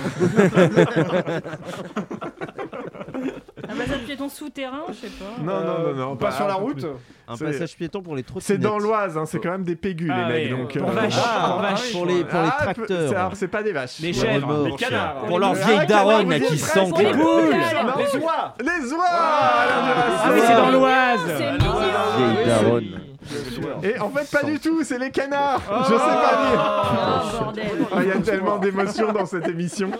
Un passage piéton souterrain, je sais pas. Euh,
Non, non, non, non. bah,
pas sur la
un peu
route.
plus.
Un
C'est-
passage piéton pour les
C'est
trottinettes.
dans l'Oise, hein, c'est quand même des pégus,
Ah
les mecs.
oui,
donc, euh,
pour vaches, pour vaches. Pour les- pour les
Ah, peu-
tracteurs.
c'est- Alors, c'est pas des vaches.
Les Pour les chèvres, remorques. les
canards.
Pour leurs
Ah,
vieilles
canards,
daronnes,
vous
là, qui
dites,
sentent
pour les
cool.
poules.
Les oies
Les oies Ah,
mais c'est dans l'Oise
C'est
Vieilles
Ah,
daronnes.
Et en fait, pas du tout, c'est les canards
Oh.
Je sais pas dire Ah, Il y a tellement d'émotions dans cette émission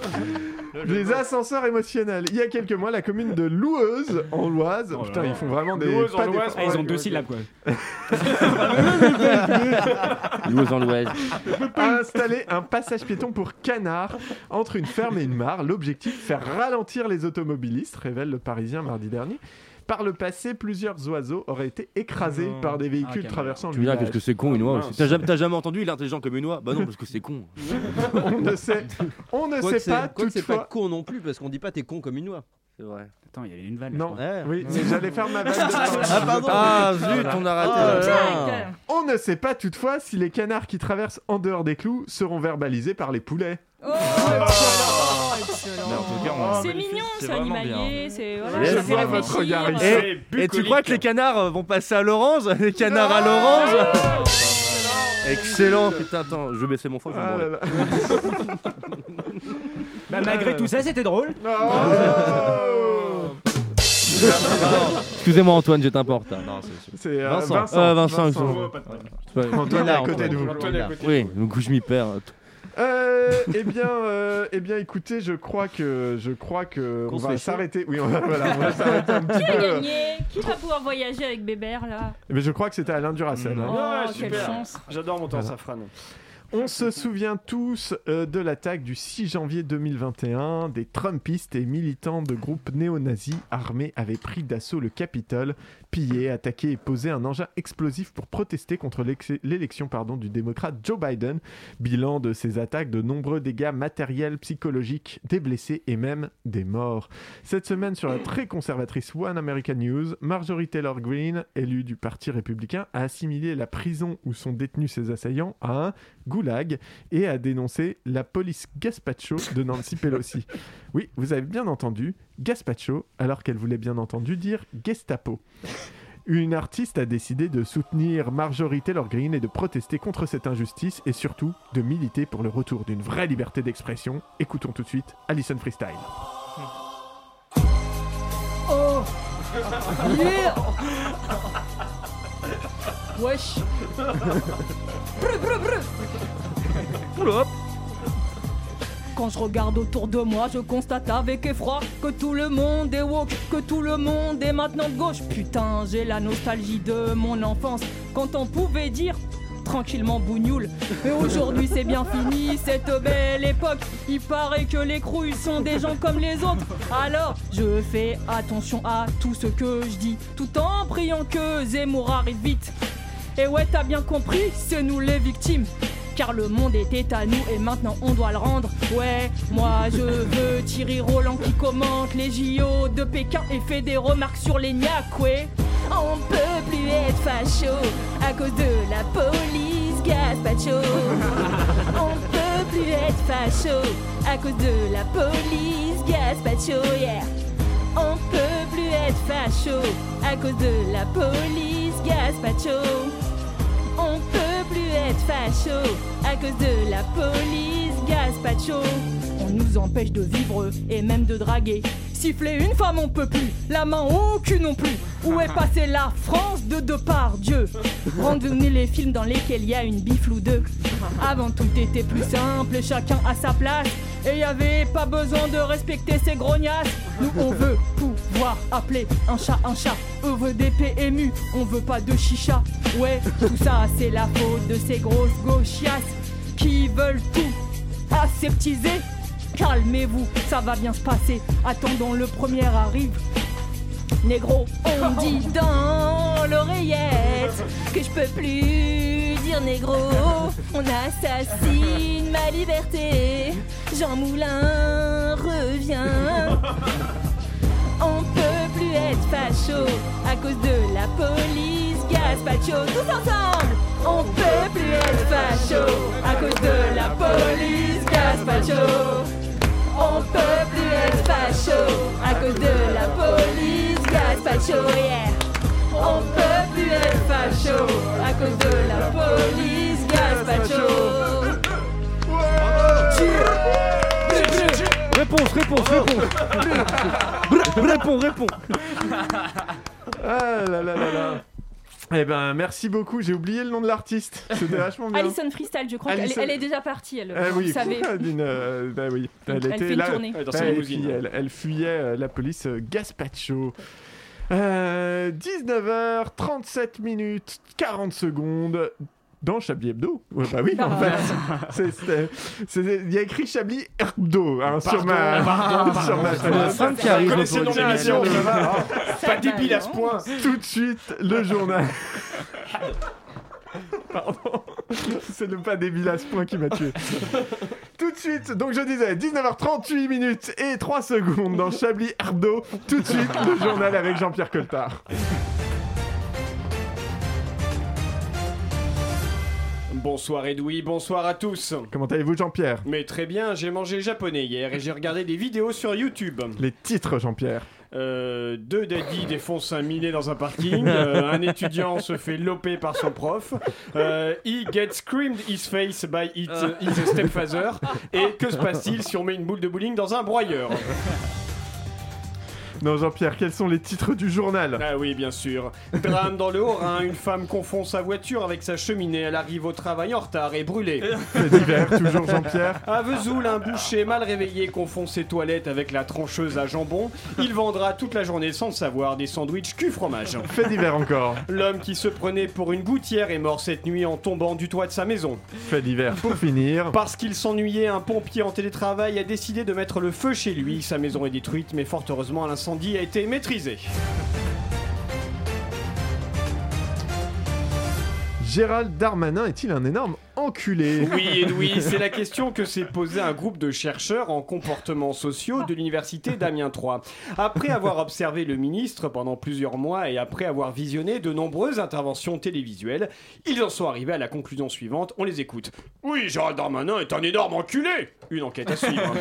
les ascenseurs émotionnels. Il y a quelques mois, la commune de Loueuse en l'Oise. Putain, ils font vraiment des.
Oh Loueuse en
pas des-
l'Oise,
Ouais,
Ah, Ils ont
ouais,
deux
ouais.
syllabes quoi.
Louis en l'Ouest.
a installé un passage piéton pour canards entre une ferme et une mare. L'objectif, faire ralentir les automobilistes, révèle le Parisien mardi dernier. Par le passé, plusieurs oiseaux auraient été écrasés par des véhicules traversant
Tu
le
me diras
village.
qu'est-ce que c'est con une oie aussi.
Ah, Mince.
T'as jamais, t'as jamais entendu il est intelligent comme une oie Bah non parce que c'est con.
On ne sait, on ne
Quoique
sait pas
c'est- quoique c'est pas
toutefois.
con non plus, parce qu'on dit pas t'es con comme une noix.
C'est vrai.
Attends, il y avait une vanne.
Non, oui, mais j'allais faire ma vanne. de-
Ah, pardon.
Ah, zut, on a raté.
Oh,
Ah,
Putain.
là.
On ne sait pas toutefois si les canards qui traversent en dehors des clous seront verbalisés par les poulets.
C'est mignon, c'est animalier, c'est. Voilà,
Je
ça fait
vois votre
réfléchir.
regard ici.
Et, et tu crois que les canards euh, vont passer à l'orange Les canards à l'orange
Ah, Excellent, putain, attends, je vais baisser mon fond.
Ah là là.
Bah malgré tout ça, c'était drôle.
Excusez-moi Antoine, je t'importe. Non,
C'est euh,
Vincent.
Vincent.
Euh, Vincent, excusez-moi. Ouais.
Antoine est à côté de vous.
Oui, du coup je m'y perds.
Euh, eh bien, euh, eh bien, écoutez, je crois que, je crois que on
se
va
fait
s'arrêter. Oui, on va, voilà, on va s'arrêter un petit
Qui a
peu.
gagné Qui va pouvoir voyager avec Bébert là
Mais je crois que c'était Alain Duracell. hein.
Ah,
Oh, quelle
super.
chance.
J'adore mon temps
Voilà.
safrane.
On se souvient tous euh, de l'attaque du 6 janvier 2021. Des Trumpistes et militants de groupes néo-nazis armés avaient pris d'assaut le Capitole, pillé, attaqué et posé un engin explosif pour protester contre l'ex- l'élection pardon, du démocrate Joe Biden. Bilan de ces attaques, de nombreux dégâts matériels, psychologiques, des blessés et même des morts. Cette semaine, sur la très conservatrice One American News, Marjorie Taylor Greene, élue du Parti républicain, a assimilé la prison où sont détenus ses assaillants à un goulag et a dénoncé la police Gaspacho de Nancy Pelosi. Oui, vous avez bien entendu, Gaspacho, alors qu'elle voulait bien entendu dire Gestapo. Une artiste a décidé de soutenir Marjorie Taylor Greene et de protester contre cette injustice et surtout de militer pour le retour d'une vraie liberté d'expression. Écoutons tout de suite Alison Freestyle.
Oh Yeah Wesh Brr, brr, brr. Quand je regarde autour de moi, je constate avec effroi que tout le monde est woke, que tout le monde est maintenant de gauche. Putain, j'ai la nostalgie de mon enfance quand on pouvait dire tranquillement bougnoule. Mais aujourd'hui c'est bien fini, cette belle époque. Il paraît que les crouilles sont des gens comme les autres. Alors je fais attention à tout ce que je dis, tout en priant que Zemmour arrive vite. Et ouais, t'as bien compris, c'est nous les victimes. Car le monde était à nous et maintenant on doit le rendre. Ouais, moi je veux Thierry Roland qui commente les JO de Pékin et fait des remarques sur les niaques, ouais. On peut plus être facho à cause de la police Gaspacho. On peut plus être facho à cause de la police Gaspacho, yeah. On peut plus être facho à cause de la police Gaspacho. On peut plus être facho à cause de la police Gaspacho. On nous empêche de vivre et même de draguer. Siffler une femme, on peut plus. La main au cul non plus. Où est passée la France de Depardieu Rendez-nous les films dans lesquels il y a une bifle ou deux. Avant tout était plus simple et chacun à sa place. Et y avait pas besoin de respecter ces grognasses. Nous on veut pouvoir appeler un chat un chat. On veut des PMU, on veut pas de chicha. Ouais, tout ça c'est la faute de ces grosses gauchiasses qui veulent tout aseptiser. Calmez-vous, ça va bien se passer. Attendons le premier arrive. Négro, on me dit dans l'oreillette que je peux plus dire négro. On assassine ma liberté. Jean Moulin revient. On peut plus être facho à cause de la police Gaspacho. Tous ensemble, on peut plus être facho à cause de la police Gaspacho. On peut plus être facho à cause de la police Gaspacho, yeah. On peut plus être facho à cause de la police Gaspacho.
Réponse, réponse, réponse. Brr, réponds, réponds.
Ah là là là là. Eh ben, merci beaucoup. J'ai oublié le nom de l'artiste. C'était vachement bien.
Alison Freestyle, je crois qu'elle est-
Alison-
elle est déjà partie, elle.
Ah
vous
oui,
savez.
d'une, euh, bah oui. Elle,
Elle
était
fait une
là,
tournée.
là,
Dans sa
elle,
limousine.
fuyait, elle- elle fuyait, euh, la police euh, Gaspacho. Euh, 19h37 minutes 40 secondes dans Chablis Hebdo. Ouais, bah oui, en fait. C'est- c'est- c'est- Il y a écrit Chablis Hebdo hein, sur
Pardon,
ma.
pardon, pardon.
sur ma
C'est la femme qui arrive
Connaissez le
pour
nom de
une
l'émission,
émission.
ça va, hein.
Ça Pas débile à ce point.
Tout de suite, le journal. Pardon, c'est le pas débile à ce point qui m'a tué. Tout de suite, donc je disais 19h38 minutes et 3 secondes dans Chablis Ardo. Tout de suite, le journal avec Jean-Pierre Coltard.
Bonsoir Edoui, bonsoir à tous.
Comment allez-vous, Jean-Pierre
Mais très bien, j'ai mangé japonais hier et j'ai regardé des vidéos sur YouTube.
Les titres, Jean-Pierre.
Euh, deux daddies défoncent un minet dans un parking. Euh, un étudiant se fait loper par son prof. Euh, he gets screamed his face by it- his stepfather. Et que se passe-t-il si on met une boule de bowling dans un broyeur
Non, Jean-Pierre, quels sont les titres du journal
Ah oui, bien sûr. Drame dans le Haut-Rhin, une femme confond sa voiture avec sa cheminée. Elle arrive au travail en retard et brûlée.
C'est divers, toujours Jean-Pierre.
À Vesoul, un boucher mal réveillé confond ses toilettes avec la trancheuse à jambon. Il vendra toute la journée sans le savoir des sandwichs cul-fromage.
Fait divers encore.
L'homme qui se prenait pour une gouttière est mort cette nuit en tombant du toit de sa maison.
Fait divers pour finir.
Parce qu'il s'ennuyait, un pompier en télétravail a décidé de mettre le feu chez lui. Sa maison est détruite, mais fort heureusement, l'incendie a été maîtrisé.
Gérald Darmanin est-il un énorme enculé
Oui, oui, c'est la question que s'est posée un groupe de chercheurs en comportements sociaux de l'université d'Amiens 3. Après avoir observé le ministre pendant plusieurs mois et après avoir visionné de nombreuses interventions télévisuelles, ils en sont arrivés à la conclusion suivante. On les écoute. Oui, Gérald Darmanin est un énorme enculé Une enquête à suivre.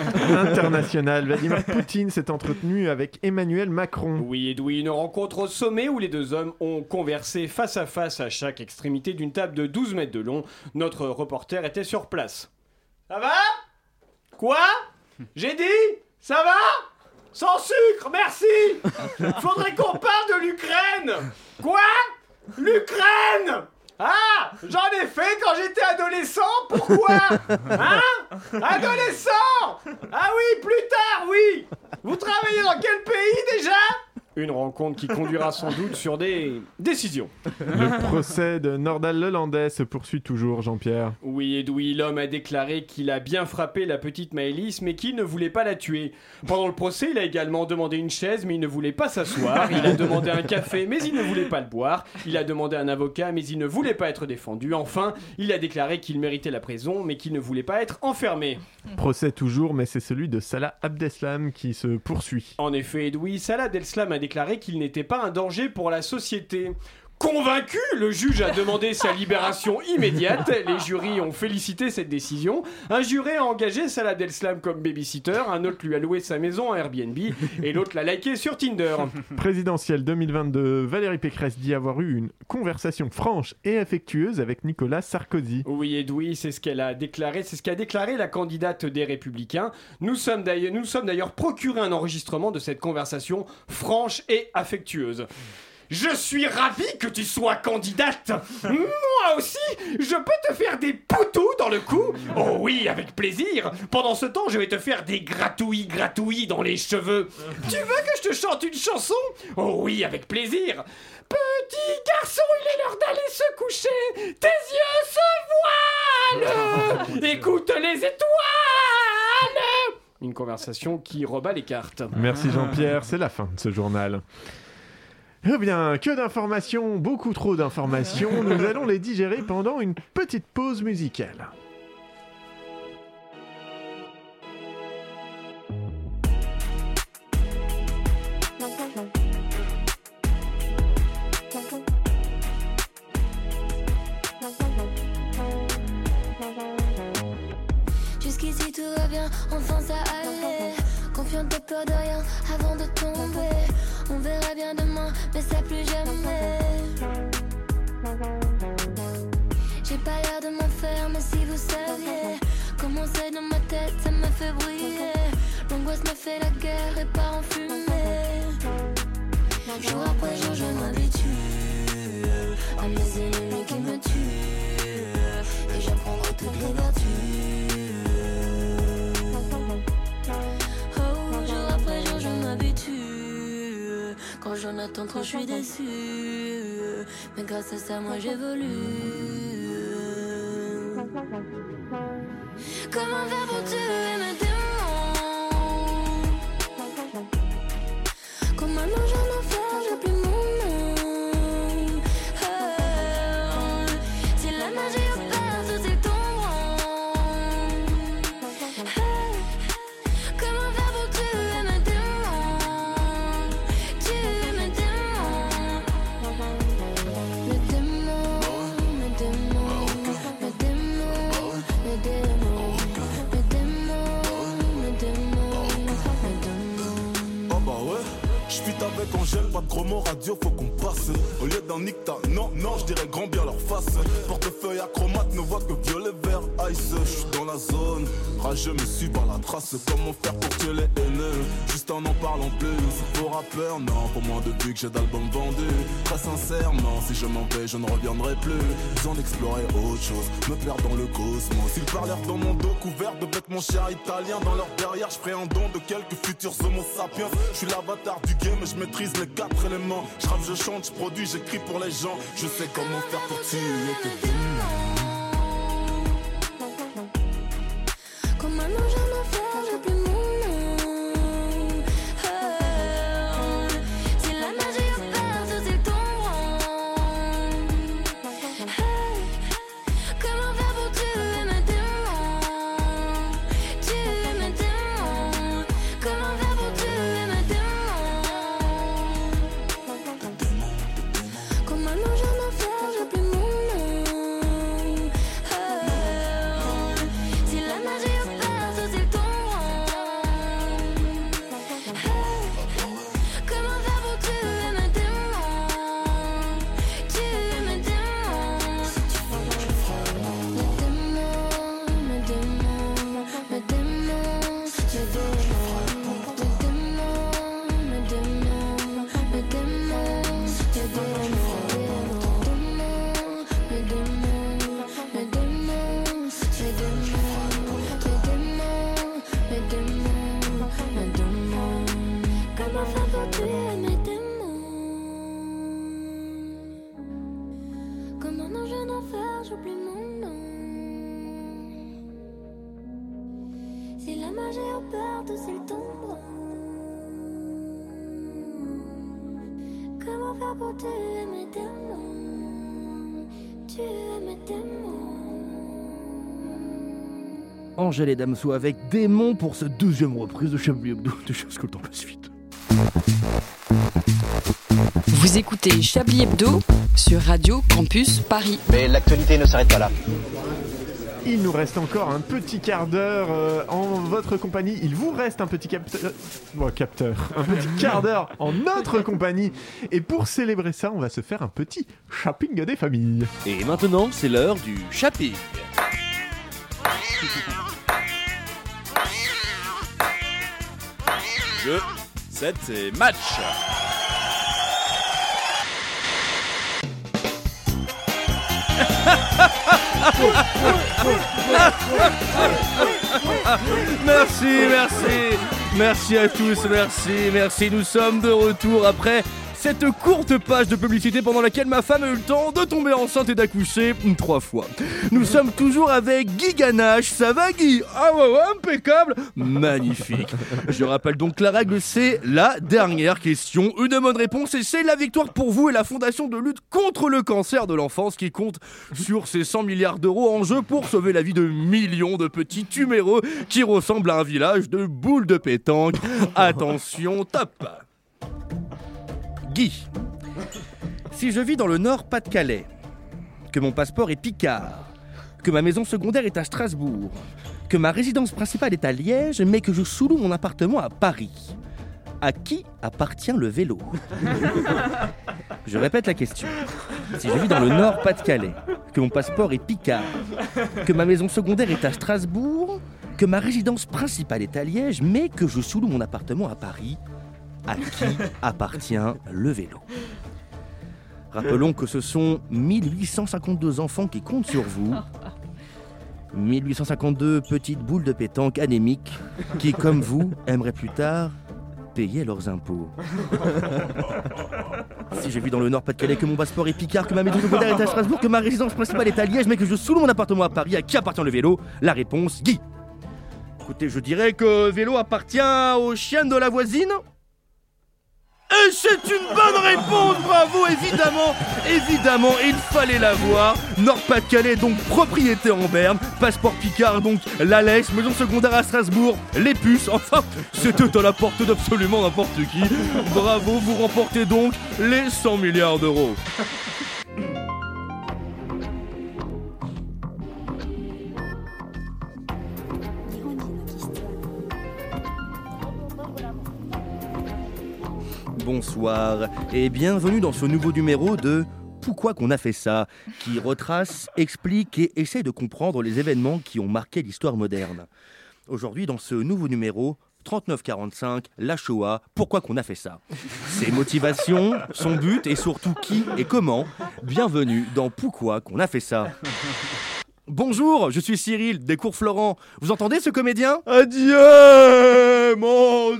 International, Vladimir Poutine s'est entretenu avec Emmanuel Macron.
Oui, Edoui, une rencontre au sommet où les deux hommes ont conversé face à face à chaque extrémité d'une table de 12 mètres de long. Notre reporter était sur place. Ça va Quoi J'ai dit Ça va Sans sucre, merci Faudrait qu'on parle de l'Ukraine Quoi L'Ukraine Ah J'en ai fait quand j'étais adolescent, pourquoi Hein Adolescent Ah oui, plus tard, oui Vous travaillez dans quel pays déjà Une rencontre qui conduira sans doute sur des décisions.
Le procès de Nordal Lelandais se poursuit toujours, Jean-Pierre.
Oui, Edoui, l'homme a déclaré qu'il a bien frappé la petite Maëlys, mais qu'il ne voulait pas la tuer. Pendant le procès, il a également demandé une chaise, mais il ne voulait pas s'asseoir. Il a demandé un café, mais il ne voulait pas le boire. Il a demandé un avocat, mais il ne voulait pas être défendu. Enfin, il a déclaré qu'il méritait la prison, mais qu'il ne voulait pas être enfermé.
Procès toujours, mais c'est celui de Salah Abdeslam qui se poursuit.
En effet, Edoui, Salah Abdeslam a déclaré qu'il n'était pas un danger pour la société. Convaincu, le juge a demandé sa libération immédiate. Les jurys ont félicité cette décision. Un juré a engagé Salah Abdeslam comme babysitter, un autre lui a loué sa maison à Airbnb et l'autre l'a liké sur Tinder.
Présidentielle 2022, Valérie Pécresse dit avoir eu une conversation franche et affectueuse avec Nicolas Sarkozy.
Oui, Edoui, c'est ce qu'elle a déclaré, c'est ce qu'a déclaré la candidate des Républicains. Nous sommes d'ailleurs, nous nous sommes d'ailleurs procuré un enregistrement de cette conversation franche et affectueuse. Je suis ravi que tu sois candidate. Moi aussi, je peux te faire des poutous dans le cou. Oh oui, avec plaisir. Pendant ce temps, je vais te faire des gratouilles, gratouilles dans les cheveux. Tu veux que je te chante une chanson Oh oui, avec plaisir. Petit garçon, il est l'heure d'aller se coucher. Tes yeux se voilent. Écoute les étoiles. Une conversation qui rebat les cartes.
Merci Jean-Pierre, c'est la fin de ce journal. Eh bien, que d'informations, beaucoup trop d'informations, nous allons les digérer pendant une petite pause musicale.
Jusqu'ici tout va bien, enfin ça allait. Confiante de peur de rien avant de tomber. On verra bien demain, mais ça plus jamais. J'ai pas l'air de m'en faire, mais si vous saviez comment c'est dans ma tête, ça me fait briller. L'angoisse me fait la guerre et part en fumée. Jour après jour, je m'habitue à mes ennemis qui me tuent. Et j'apprendrai toutes les vertus. Oh, jour après jour, je m'habitue. Quand j'en attends trop, je suis déçue. Mais grâce à ça, moi j'évolue. Comment faire pour tuer mes démons? Comme un ange, un enfant, j'appuie mon nom. Oh, si la magie opère, tout est tombe. Comment faire pour tuer mes démons Tuer mes démons Mes démons, mes démons Mes démons, mes démons Mes démons, mes démons
Ah bah ouais J'pute avec Angèle, pas de gros mots radio, faut qu'on passe Au lieu d'un nicta, non, non, je dirais grand bien leur face Portefeuille acromate ne voit que violet, vert, ice J'suis dans la zone, rageux me suis par la trace Comment faire pour tuer les haineux Juste en en parlant plus, faut rappeur, non Pour moi depuis que j'ai d'albums vendus Très sincèrement, si je m'en vais, je ne reviendrai plus J'en explorer autre chose, me perdre dans le cosmos Ils parlèrent dans mon dos couvert de vêtements chers italiens Dans leur derrière, je ferai un don de quelques futurs homo sapiens Je suis l'avatar du game et je maîtrise les quatre éléments Je rappe, je chante, je produis, j'écris pour les gens Je sais comment faire pour tuer tes
Comme un ange, un enfant, j'appuie mon nom. Oh, si la magie opère, tout est en Hey, comment faire pour tuer mes démons? Tuer mes démons. Comment faire pour tuer mes démons? Comme un ange, un enfant, j'appuie mon nom. pas beau, tu es mes démons. Tu es mes démons.
Angèle et Damso avec Démon pour ce deuxième reprise de Chablis Hebdo de choses que le temps passe vite.
Vous écoutez Chablis Hebdo sur Radio Campus Paris.
Mais l'actualité ne s'arrête pas là.
Il nous reste encore un petit quart d'heure euh, en votre compagnie. Il vous reste un petit capteur. bon, capteur. Un petit quart d'heure en notre compagnie. Et pour célébrer ça, on va se faire un petit shopping des familles.
Et maintenant, c'est l'heure du shopping.
Jeu, 7 et match
Merci, merci, merci à tous, merci, merci. Nous sommes de retour après cette courte page de publicité pendant laquelle ma femme a eu le temps de tomber enceinte et d'accoucher hum, trois fois. Nous sommes toujours avec Guy Ganache. Ça va, Guy Ah ouais, ouais, impeccable Magnifique. Je rappelle donc la règle, c'est la dernière question. Une bonne réponse et c'est la victoire pour vous et la fondation de lutte contre le cancer de l'enfance qui compte sur ses 100 milliards d'euros en jeu pour sauver la vie de millions de petits tuméreux qui ressemblent à un village de boules de pétanque. Attention, top Guy, si je vis dans le Nord Pas-de-Calais, que mon passeport est Picard, que ma maison secondaire est à Strasbourg, que ma résidence principale est à Liège, mais que je sous-loue mon appartement à Paris, à qui appartient le vélo Je répète la question. Si je vis dans le Nord Pas-de-Calais, que mon passeport est Picard, que ma maison secondaire est à Strasbourg, que ma résidence principale est à Liège, mais que je sous-loue mon appartement à Paris, à qui appartient le vélo Rappelons que ce sont 1852 enfants qui comptent sur vous. 1852 petites boules de pétanque anémiques qui, comme vous, aimeraient plus tard payer leurs impôts. Si je vis dans le Nord-Pas-de-Calais, que mon passeport est Picard, que ma maison secondaire est à Strasbourg, que ma résidence principale est à Liège, mais que je sous mon appartement à Paris, à qui appartient le vélo La réponse, Guy. Écoutez, je dirais que vélo appartient aux chiennes de la voisine et c'est une bonne réponse, bravo, évidemment, évidemment, il fallait l'avoir. Nord-Pas-de-Calais, donc propriété en Berne, passeport Picard, donc la laisse, maison secondaire à Strasbourg, les puces, enfin, c'était à la porte d'absolument n'importe qui. Bravo, vous remportez donc les 100 milliards d'euros. Bonsoir et bienvenue dans ce nouveau numéro de Pourquoi qu'on a fait ça qui retrace, explique et essaie de comprendre les événements qui ont marqué l'histoire moderne. Aujourd'hui, dans ce nouveau numéro, 3945, la Shoah, pourquoi qu'on a fait ça Ses motivations, son but et surtout qui et comment Bienvenue dans Pourquoi qu'on a fait ça Bonjour, je suis Cyril, des cours Florent. Vous entendez ce comédien Adieu, mon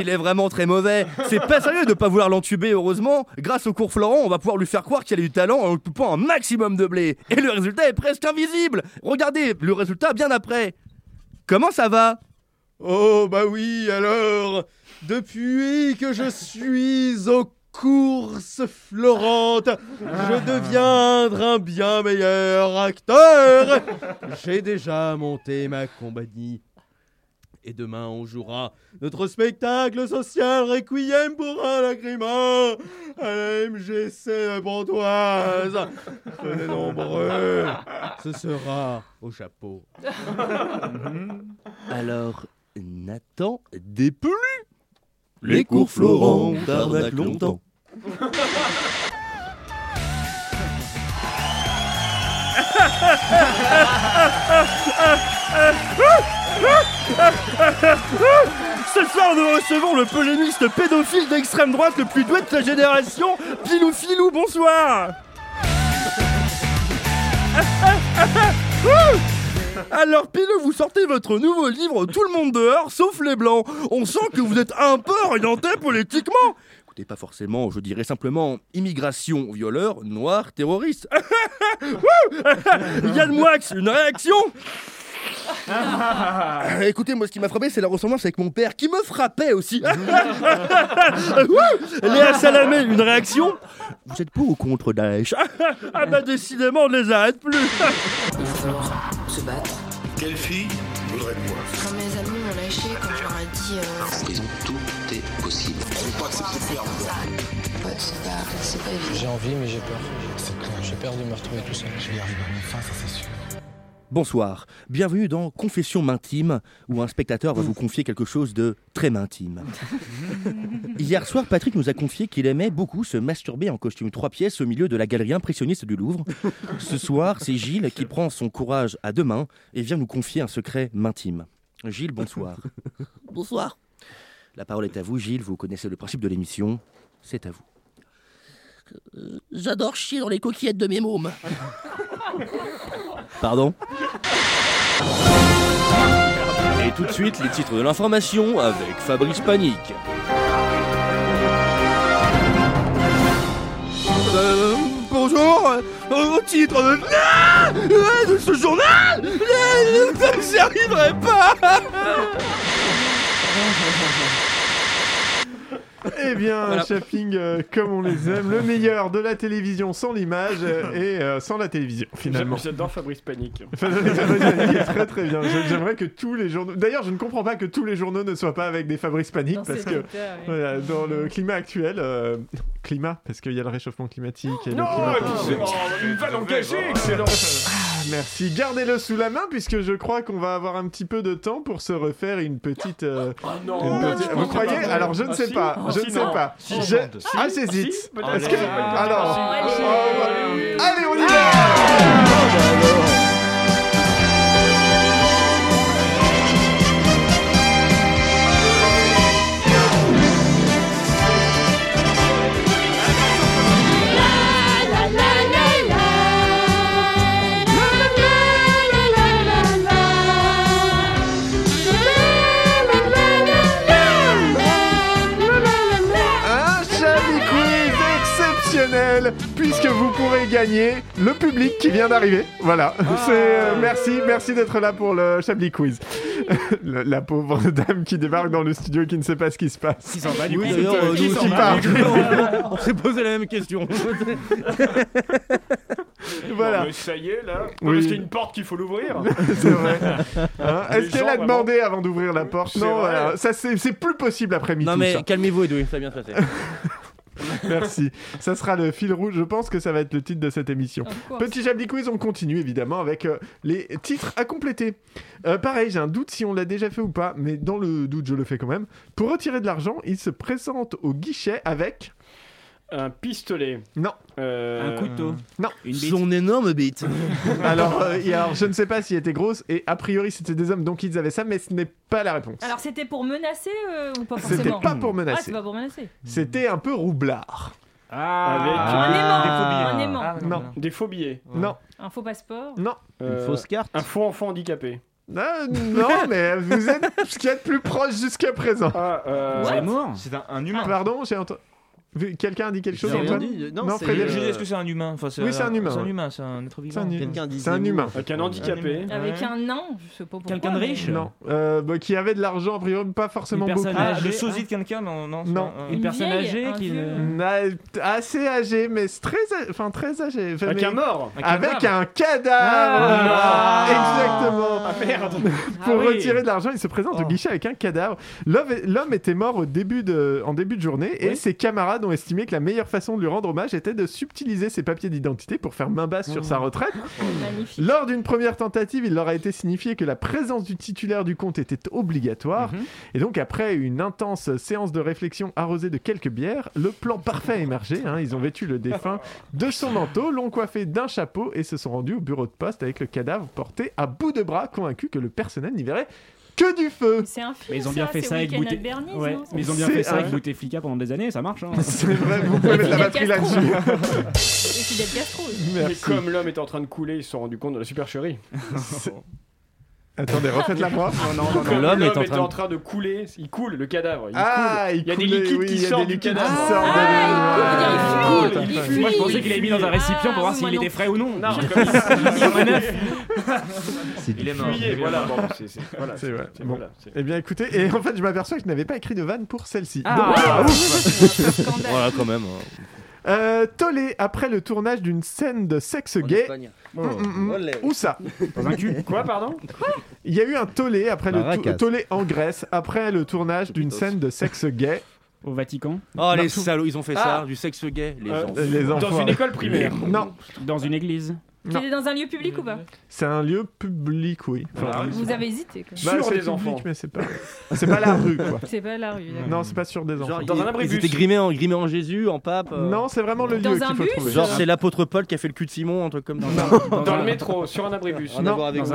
il est vraiment très mauvais. C'est pas sérieux de pas vouloir l'entuber, heureusement. Grâce au cours Florent, on va pouvoir lui faire croire qu'il a du talent en occupant un maximum de blé. Et le résultat est presque invisible. Regardez, le résultat bien après. Comment ça va
Oh bah oui, alors Depuis que je suis aux courses Florente, je deviendrai un bien meilleur acteur
J'ai déjà monté ma compagnie. Et demain, on jouera notre spectacle social Requiem pour un lacryma à la MGC Pontoise.
Venez nombreux
Ce sera au chapeau.
Mhm.
Alors, Nathan dépelu
Les cours Florent tardent longtemps.
Ce soir, nous recevons le polémiste pédophile d'extrême droite le plus doué de sa génération, Pilou Filou, bonsoir Alors Pilou, vous sortez votre nouveau livre Tout le monde dehors, sauf les blancs. On sent que vous êtes un peu orienté politiquement. Écoutez, pas forcément, je dirais simplement immigration, violeur, noir, terroriste. Wouh Yann Moix, une réaction Euh, Écoutez, moi, ce qui m'a frappé, c'est la ressemblance avec mon père, qui me frappait aussi. Ouh Léa Salamé, une réaction Vous êtes pour ou contre Daesh Ah bah décidément, on ne les arrête plus.
Il va falloir se battre.
Quelle fille voudrait de moi
Quand mes amis m'ont lâché, quand je leur ai dit. euh,
Ils ont tout est possible.
c'est pas évident.
J'ai envie, mais j'ai peur. C'est clair, j'ai peur de me retrouver tout seul. Je vais y arriver à fin, ça c'est sûr.
Bonsoir, bienvenue dans Confession m'intime, où un spectateur va vous confier quelque chose de très m'intime. Hier soir, Patrick nous a confié qu'il aimait beaucoup se masturber en costume trois pièces au milieu de la galerie impressionniste du Louvre. Ce soir, c'est Gilles qui prend son courage à deux mains et vient nous confier un secret m'intime. Gilles, bonsoir.
Bonsoir.
La parole est à vous, Gilles, vous connaissez le principe de l'émission, c'est à vous.
Euh, J'adore chier dans les coquillettes de mes mômes.
Pardon Et tout de suite, les titres de l'information avec Fabrice Panique.
Euh, bonjour, euh, au titre de, Ah Ah, de ce journal, euh, je- j'y arriverai pas.
Eh bien,
Voilà.
Chapping, euh, comme on les aime, le meilleur de la télévision sans l'image euh, et euh, sans la télévision, finalement.
J'a- J'adore Fabrice Panique.
Il est très très bien. Je- J'aimerais que tous les journaux. D'ailleurs, je ne comprends pas que tous les journaux ne soient pas avec des Fabrice Panique
Dans ces
parce que
critères, oui.
voilà, dans le climat actuel, euh, climat, parce qu'il y a le réchauffement climatique et le
Non,
climat.
mais- oh, mais une vanne engagée, excellent.
Ah, Merci. Gardez-le sous la main puisque je crois qu'on va avoir un petit peu de temps pour se refaire une petite. euh, une
Ah, non,
petite-
je
Vous
pense que
croyez
non.
Alors je ne
Ah,
sais
si.
pas.
Ah,
Je
si,
ne sais
non.
pas.
Si.
Je-
Si.
Ah j'hésite.
Si, peut-être.
Est-ce que-
Ah,
Alors.
si.
Ah, Allez, on y va. Un Chablis Quiz exceptionnel puisque vous pourrez gagner le public qui vient d'arriver. Voilà.
Ah.
C'est euh, merci, merci d'être là pour le Chablis Quiz. Le- la pauvre dame qui débarque dans le studio et qui ne sait pas ce qui se passe.
Qui s'en va du
Oui,
coup.
d'ailleurs,
Qui
euh,
s'en
nous
va
aussi
du
part.
coup. On s'est posé la même question.
Voilà.
mais ça y est, là.
Oui.
Parce qu'il y a une porte qu'il faut l'ouvrir.
C'est vrai. Hein,
Les
Est-ce qu'elle
gens,
a
vraiment.
demandé avant d'ouvrir la porte
C'est
Non,
vrai.
voilà. ça c'est c'est plus possible après midi.
Non mais calmez-vous Edoui, ça va bien se passer.
Merci. Ça sera le fil rouge. Je pense que ça va être le titre de cette émission.
course.
Petit Chablis Quiz, on continue évidemment avec euh, les titres à compléter. Euh, pareil, j'ai un doute si on l'a déjà fait ou pas, mais dans le doute, je le fais quand même. Pour retirer de l'argent, il se présente au guichet avec.
Un pistolet.
Non.
Euh,
Non.
Son énorme bite.
alors, euh, et alors, je ne sais pas si elle était grosse, et a priori, c'était des hommes, donc ils avaient ça, mais ce n'est pas la réponse.
Hmm.
Alors c'était pour menacer euh, ou pas
C'était
forcément
pas pour menacer.
Ah, c'est pas pour menacer.
C'était un peu roublard.
Ah. Un aimant. Un aimant.
Ah, non. Des faux billets.
Non.
Un faux passeport
Non.
Euh, Un faux enfant handicapé.
Ah, non, mais vous êtes ce qu'il y a de plus proche jusqu'à présent.
Ah,
What
euh, C'est un, un humain.
Pardon, j'ai entendu. Quelqu'un a dit quelque chose
J'ai rien
Antoine
dit, non, c'est-
Frédéric
J'ai dit, est-ce que c'est un humain Enfin, c'est-
Oui, c'est un humain.
C'est un
ouais.
humain, c'est un être
C'est
vivant.
un humain. C'est un humain.
Avec un handicapé.
Avec un nain, je sais pas pourquoi. mais-
Non. Euh, bah, qui avait de l'argent, a priori, pas forcément
Une
beaucoup.
personne Ah, le âgée, sosie hein. de quelqu'un, non, non, c'est
Non.
un- Une Une personne vieille, âgée un qui- vieux.
Na- Assez âgée, mais c'est très, âgé- enfin, très âgée. Enfin,
Avec
mais-
un mort. Un
Avec
cadavre.
un cadavre
Ah.
Exactement
Ah, merde.
Pour
Ah oui.
retirer de l'argent, il se présente au guichet avec un cadavre. L'homme l'homme était mort au début de, en début de journée et ses camarades ont estimé que la meilleure façon de lui rendre hommage était de subtiliser ses papiers d'identité pour faire main
Oh.
basse sur sa retraite.
Ah,
Lors d'une première tentative, il leur a été signifié que la présence du titulaire du compte était obligatoire.
Mhm.
Et donc, après une intense séance de réflexion arrosée de quelques bières, le plan parfait a émergé. hein. Ils ont vêtu le défunt de son manteau, l'ont coiffé d'un chapeau et se sont rendus au bureau de poste avec le cadavre porté à bout de bras, convaincus que le personnel n'y verrait que du feu.
C'est un film.
Mais ils ont bien
ça,
fait
c'est
ça avec
Weekend hein, at
Bouté.
Bernie's,
Ouais,
non
mais ils ont bien
C'est
fait ça
un-
avec Bouteflika pendant des années, ça marche. Hein.
C'est vrai, vous pouvez mettre la batterie là-dessus.
Et Fidel Castro aussi.
Mais comme l'homme est en train de couler, ils se sont rendus compte de la supercherie.
Attendez, refaites-la moi.
Non, non, non, non. L'homme est, en train, de couler, il coule le cadavre. Il
Ah,
coule.
il
y a des
coulait,
liquides
oui,
qui
il y a
sortent
des
du
liquides qui
cadavre.
sortent de Ah,
Ah,
il coule, il
il
fuit,
fuit. Moi je pensais
il
qu'il l'avait mis dans un récipient pour voir s'il était frais ou Ah, non. Non, comme il-
Il
est mort. Fuyez, voilà, bon, c'est- c'est- voilà,
C'est
c'est-
vrai.
c'est-
Bon.
voilà,
Eh bien, écoutez, et en fait, je m'aperçois que je n'avais pas écrit de vanne pour celle-ci.
Ah,
Donc,
ah,
ouf.
scandale.
Voilà, quand même. hein.
Euh, Tollé, après le tournage d'une scène de sexe gay.
Espagne.
Mm, mm, mm.
Olé.
Où ça
Dans un cul.
Quoi, pardon
Il y a eu un tollé après le
Maracas.
tou- tollé en Grèce après le tournage d'une scène de sexe gay.
Au Vatican
Oh, les
Partout.
salauds, ils ont fait
Ah.
ça, du sexe gay, les
Euh,
gens.
les Dans enfants. une école primaire.
Les-
Non.
Dans une église.
Il est dans un lieu public ou pas
C'est un lieu public, Ah oui. Enfin,
Vous avez hésité. Quoi.
Bah, c'est public, mais c'est pas, c'est pas la rue, quoi.
C'est pas la rue. d'accord.
Non, c'est pas sur des enfants.
ils- Ils étaient grimés en, grimés en Jésus, en pape. euh.
Non, c'est vraiment le
Dans lieu un qu'il faut bus trouver.
Genre, c'est l'apôtre Paul qui a fait le cul de Simon, un truc comme ça.
Dans, le métro, sur un abribus.
Ah,
Rien à voir avec vous,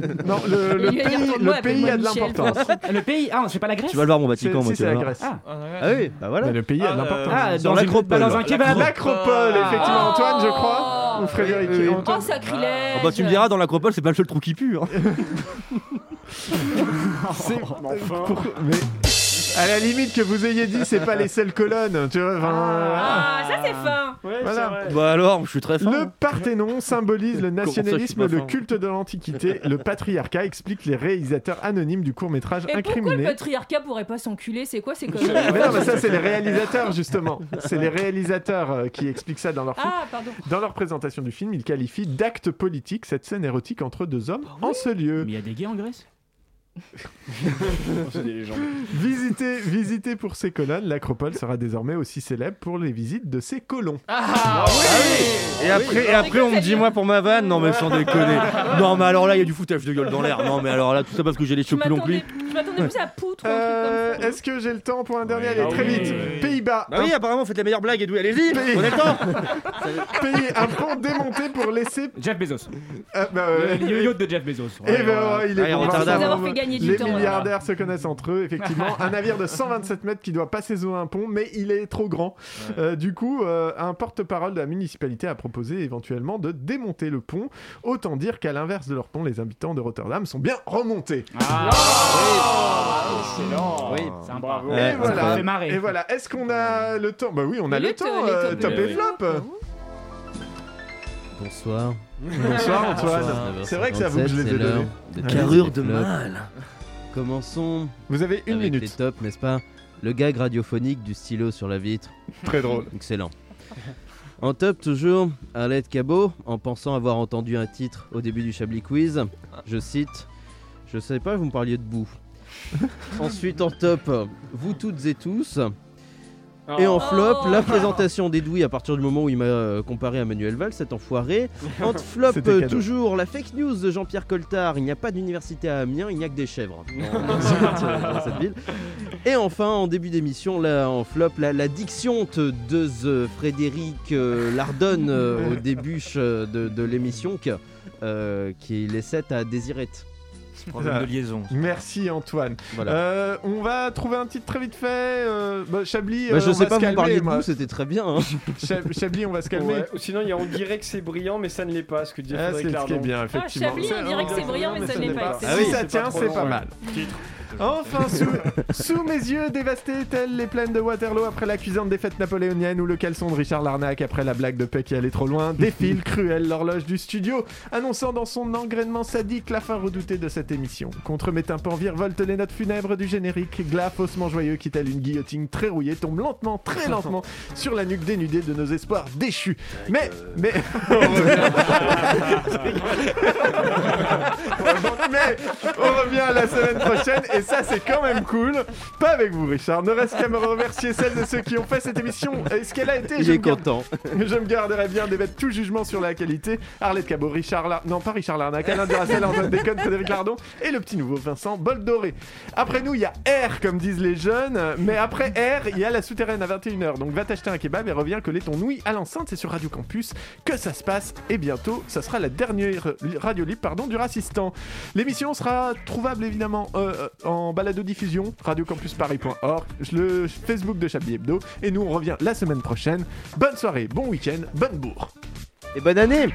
Non, le, le
Il va dire,
pays,
retourne-moi,
le pays a de
appelle-moi Michel.
l'importance.
Le pays Ah, c'est pas la Grèce
Tu vas le voir, mon Vatican,
C'est-
moi,
si,
tu
c'est
vas
la
voir.
Grèce.
Ah,
Ah oui, bah voilà.
le pays a de l'importance.
Ah, dans une- bah, dans un kebab.
L'acropole, effectivement,
Oh.
Antoine, je crois. Ou Frédéric.
Oui, oui, oui.
Antoine.
Oh, sacrilège
Ah bah, tu me diras, dans l'acropole, c'est pas le seul trou qui pue. hein.
C'est- Pour- Mais à la limite que vous ayez dit, c'est pas les seules colonnes. Tu vois, enfin, voilà.
Ah, ça c'est fin
Voilà.
Bah alors, je suis très fan.
Le Parthénon symbolise le
Comment ça, je suis
nationalisme,
pas
le
fin
culte de l'Antiquité, le patriarcat, explique les réalisateurs anonymes du court-métrage
Et pourquoi le
incriminé.
patriarcat pourrait pas s'enculer C'est quoi ces
Mais
conneries
non, mais ça, c'est les réalisateurs, justement. C'est les réalisateurs euh, qui expliquent ça dans leur film.
Ah, pardon.
Dans leur présentation du film, ils qualifient d'acte politique cette scène érotique entre deux hommes
Ah
en ce lieu.
Mais il y a des gays en Grèce
Oh,
C'est des légendes.
Visité, visité pour ses colonnes, l'acropole sera désormais aussi célèbre pour les visites de ses colons.
Ah oui Et après, et après on me dit moi pour ma vanne, non mais sans déconner. Non mais alors là il y a du foutage de gueule dans l'air. Non mais alors là tout ça parce que j'ai les cheveux plus longs que lui.
Je m'attendais plus à poutre.
Euh, Est-ce que j'ai le temps pour un dernier Allez,
Ah
très
oui,
vite.
oui, oui.
Pays-Bas.
Bah oui apparemment faites la meilleure blague Edoui, allez-y,
Pays-
on a le temps
Pays, un pont démonté pour laisser.
Jeff Bezos.
Ah, bah, euh,
Le, le yacht de Jeff Bezos.
Eh ben,
Voilà.
Ah,
ouais, il est bon.
Vous avoir fait gagner du
Les
temps,
milliardaires se connaissent entre eux, effectivement. un navire de 127 mètres qui doit passer sous un pont, mais il est trop grand. Euh, du coup, euh, un porte-parole de la municipalité a proposé éventuellement de démonter le pont. Autant dire qu'à l'inverse de leur pont, les habitants de Rotterdam sont bien remontés. Oh
Excellent.
Oh, Oui, c'est un bravo.
Et, voilà. et voilà. Est-ce qu'on a le temps Bah oui, on a le,
Le
temps.
to- les
euh,
top
top
et
et flop.
Bonsoir.
Bonsoir, Antoine. C'est vrai que c'est à vous que je les ai donnés.
Carrure de mâle.
Commençons.
Vous avez une
avec
minute.
Les tops, n'est-ce pas Le gag radiophonique du stylo sur la vitre.
Très drôle.
Excellent. En top toujours, Arlette Cabot, en pensant avoir entendu un titre au début du Chablis Quiz, je cite Je sais pas, vous me parliez de boue. Ensuite en top, vous toutes et tous. Et en flop, la présentation d'Edoui à partir du moment où il m'a euh, comparé à Manuel Valls, cet enfoiré. En flop,
C'était
euh,
cadeau.
toujours la fake news de Jean-Pierre Coltard. Il n'y a pas d'université à Amiens, il n'y a que des chèvres dans, dans cette, dans cette ville. Et enfin, en début d'émission, là, en flop, la, la diction te- de The Frédéric euh, Lardonne euh, au début euh, de, de l'émission que, euh, qui laissait à désirette.
problème de liaison.
Euh, Merci Antoine.
Voilà.
Euh, on va trouver un titre très vite fait. euh, bah, Chablis,
Bah,
euh,
je
on
sais
va
pas,
se
vous
calmer,
parliez de
moi.
vous, c'était très bien. hein.
Chab- Chablis, on va se calmer.
Ouais, ou Sinon, il y a on dirait que c'est brillant, mais ça ne l'est pas. Ce que dit
Ah,
Frédéric
c'est ce qui est
Lardon.
bien, effectivement.
Ah, Chablis, on dirait que c'est brillant, mais ça ne l'est pas.
Ah oui, ça tient, c'est pas mal. Enfin, sous, sous mes yeux dévastés, telles les plaines de Waterloo après la cuisante défaite napoléonienne ou le caleçon de Richard Larnac après la blague de paix qui allait trop loin, défile cruel l'horloge du studio, annonçant dans son engrainement sadique la fin redoutée de cette émission. Contre mes tympans virevoltent les notes funèbres du générique, glas faussement joyeux qui telle une guillotine très rouillée tombe lentement, très lentement, sur la nuque dénudée de nos espoirs déchus. Mais, mais... Mais on revient la semaine prochaine et ça c'est quand même cool. Pas avec vous Richard, ne reste qu'à me remercier celles et ceux qui ont fait cette émission. Est-ce qu'elle a été
Il
je
est
me garde-
content.
Je me garderai bien d'émettre tout jugement sur la qualité. Arlette Cabot, Richard Lar... Non pas Richard Larnac, Alain Duracell, Antoine Déconne, Frédéric Lardon et le petit nouveau Vincent Boldoré. Après nous il y a R comme disent les jeunes, mais après R il y a la souterraine à 21h. Donc va t'acheter un kebab et reviens coller ton nouille à l'enceinte, c'est sur Radio Campus que ça se passe et bientôt ça sera la dernière radio libre pardon, du Rassistan. L'émission sera trouvable évidemment euh, euh, en balado-diffusion, radiocampusparis.org, le Facebook de Chablis Hebdo. Et nous, on revient la semaine prochaine. Bonne soirée, bon week-end, bonne bourre.
Et bonne année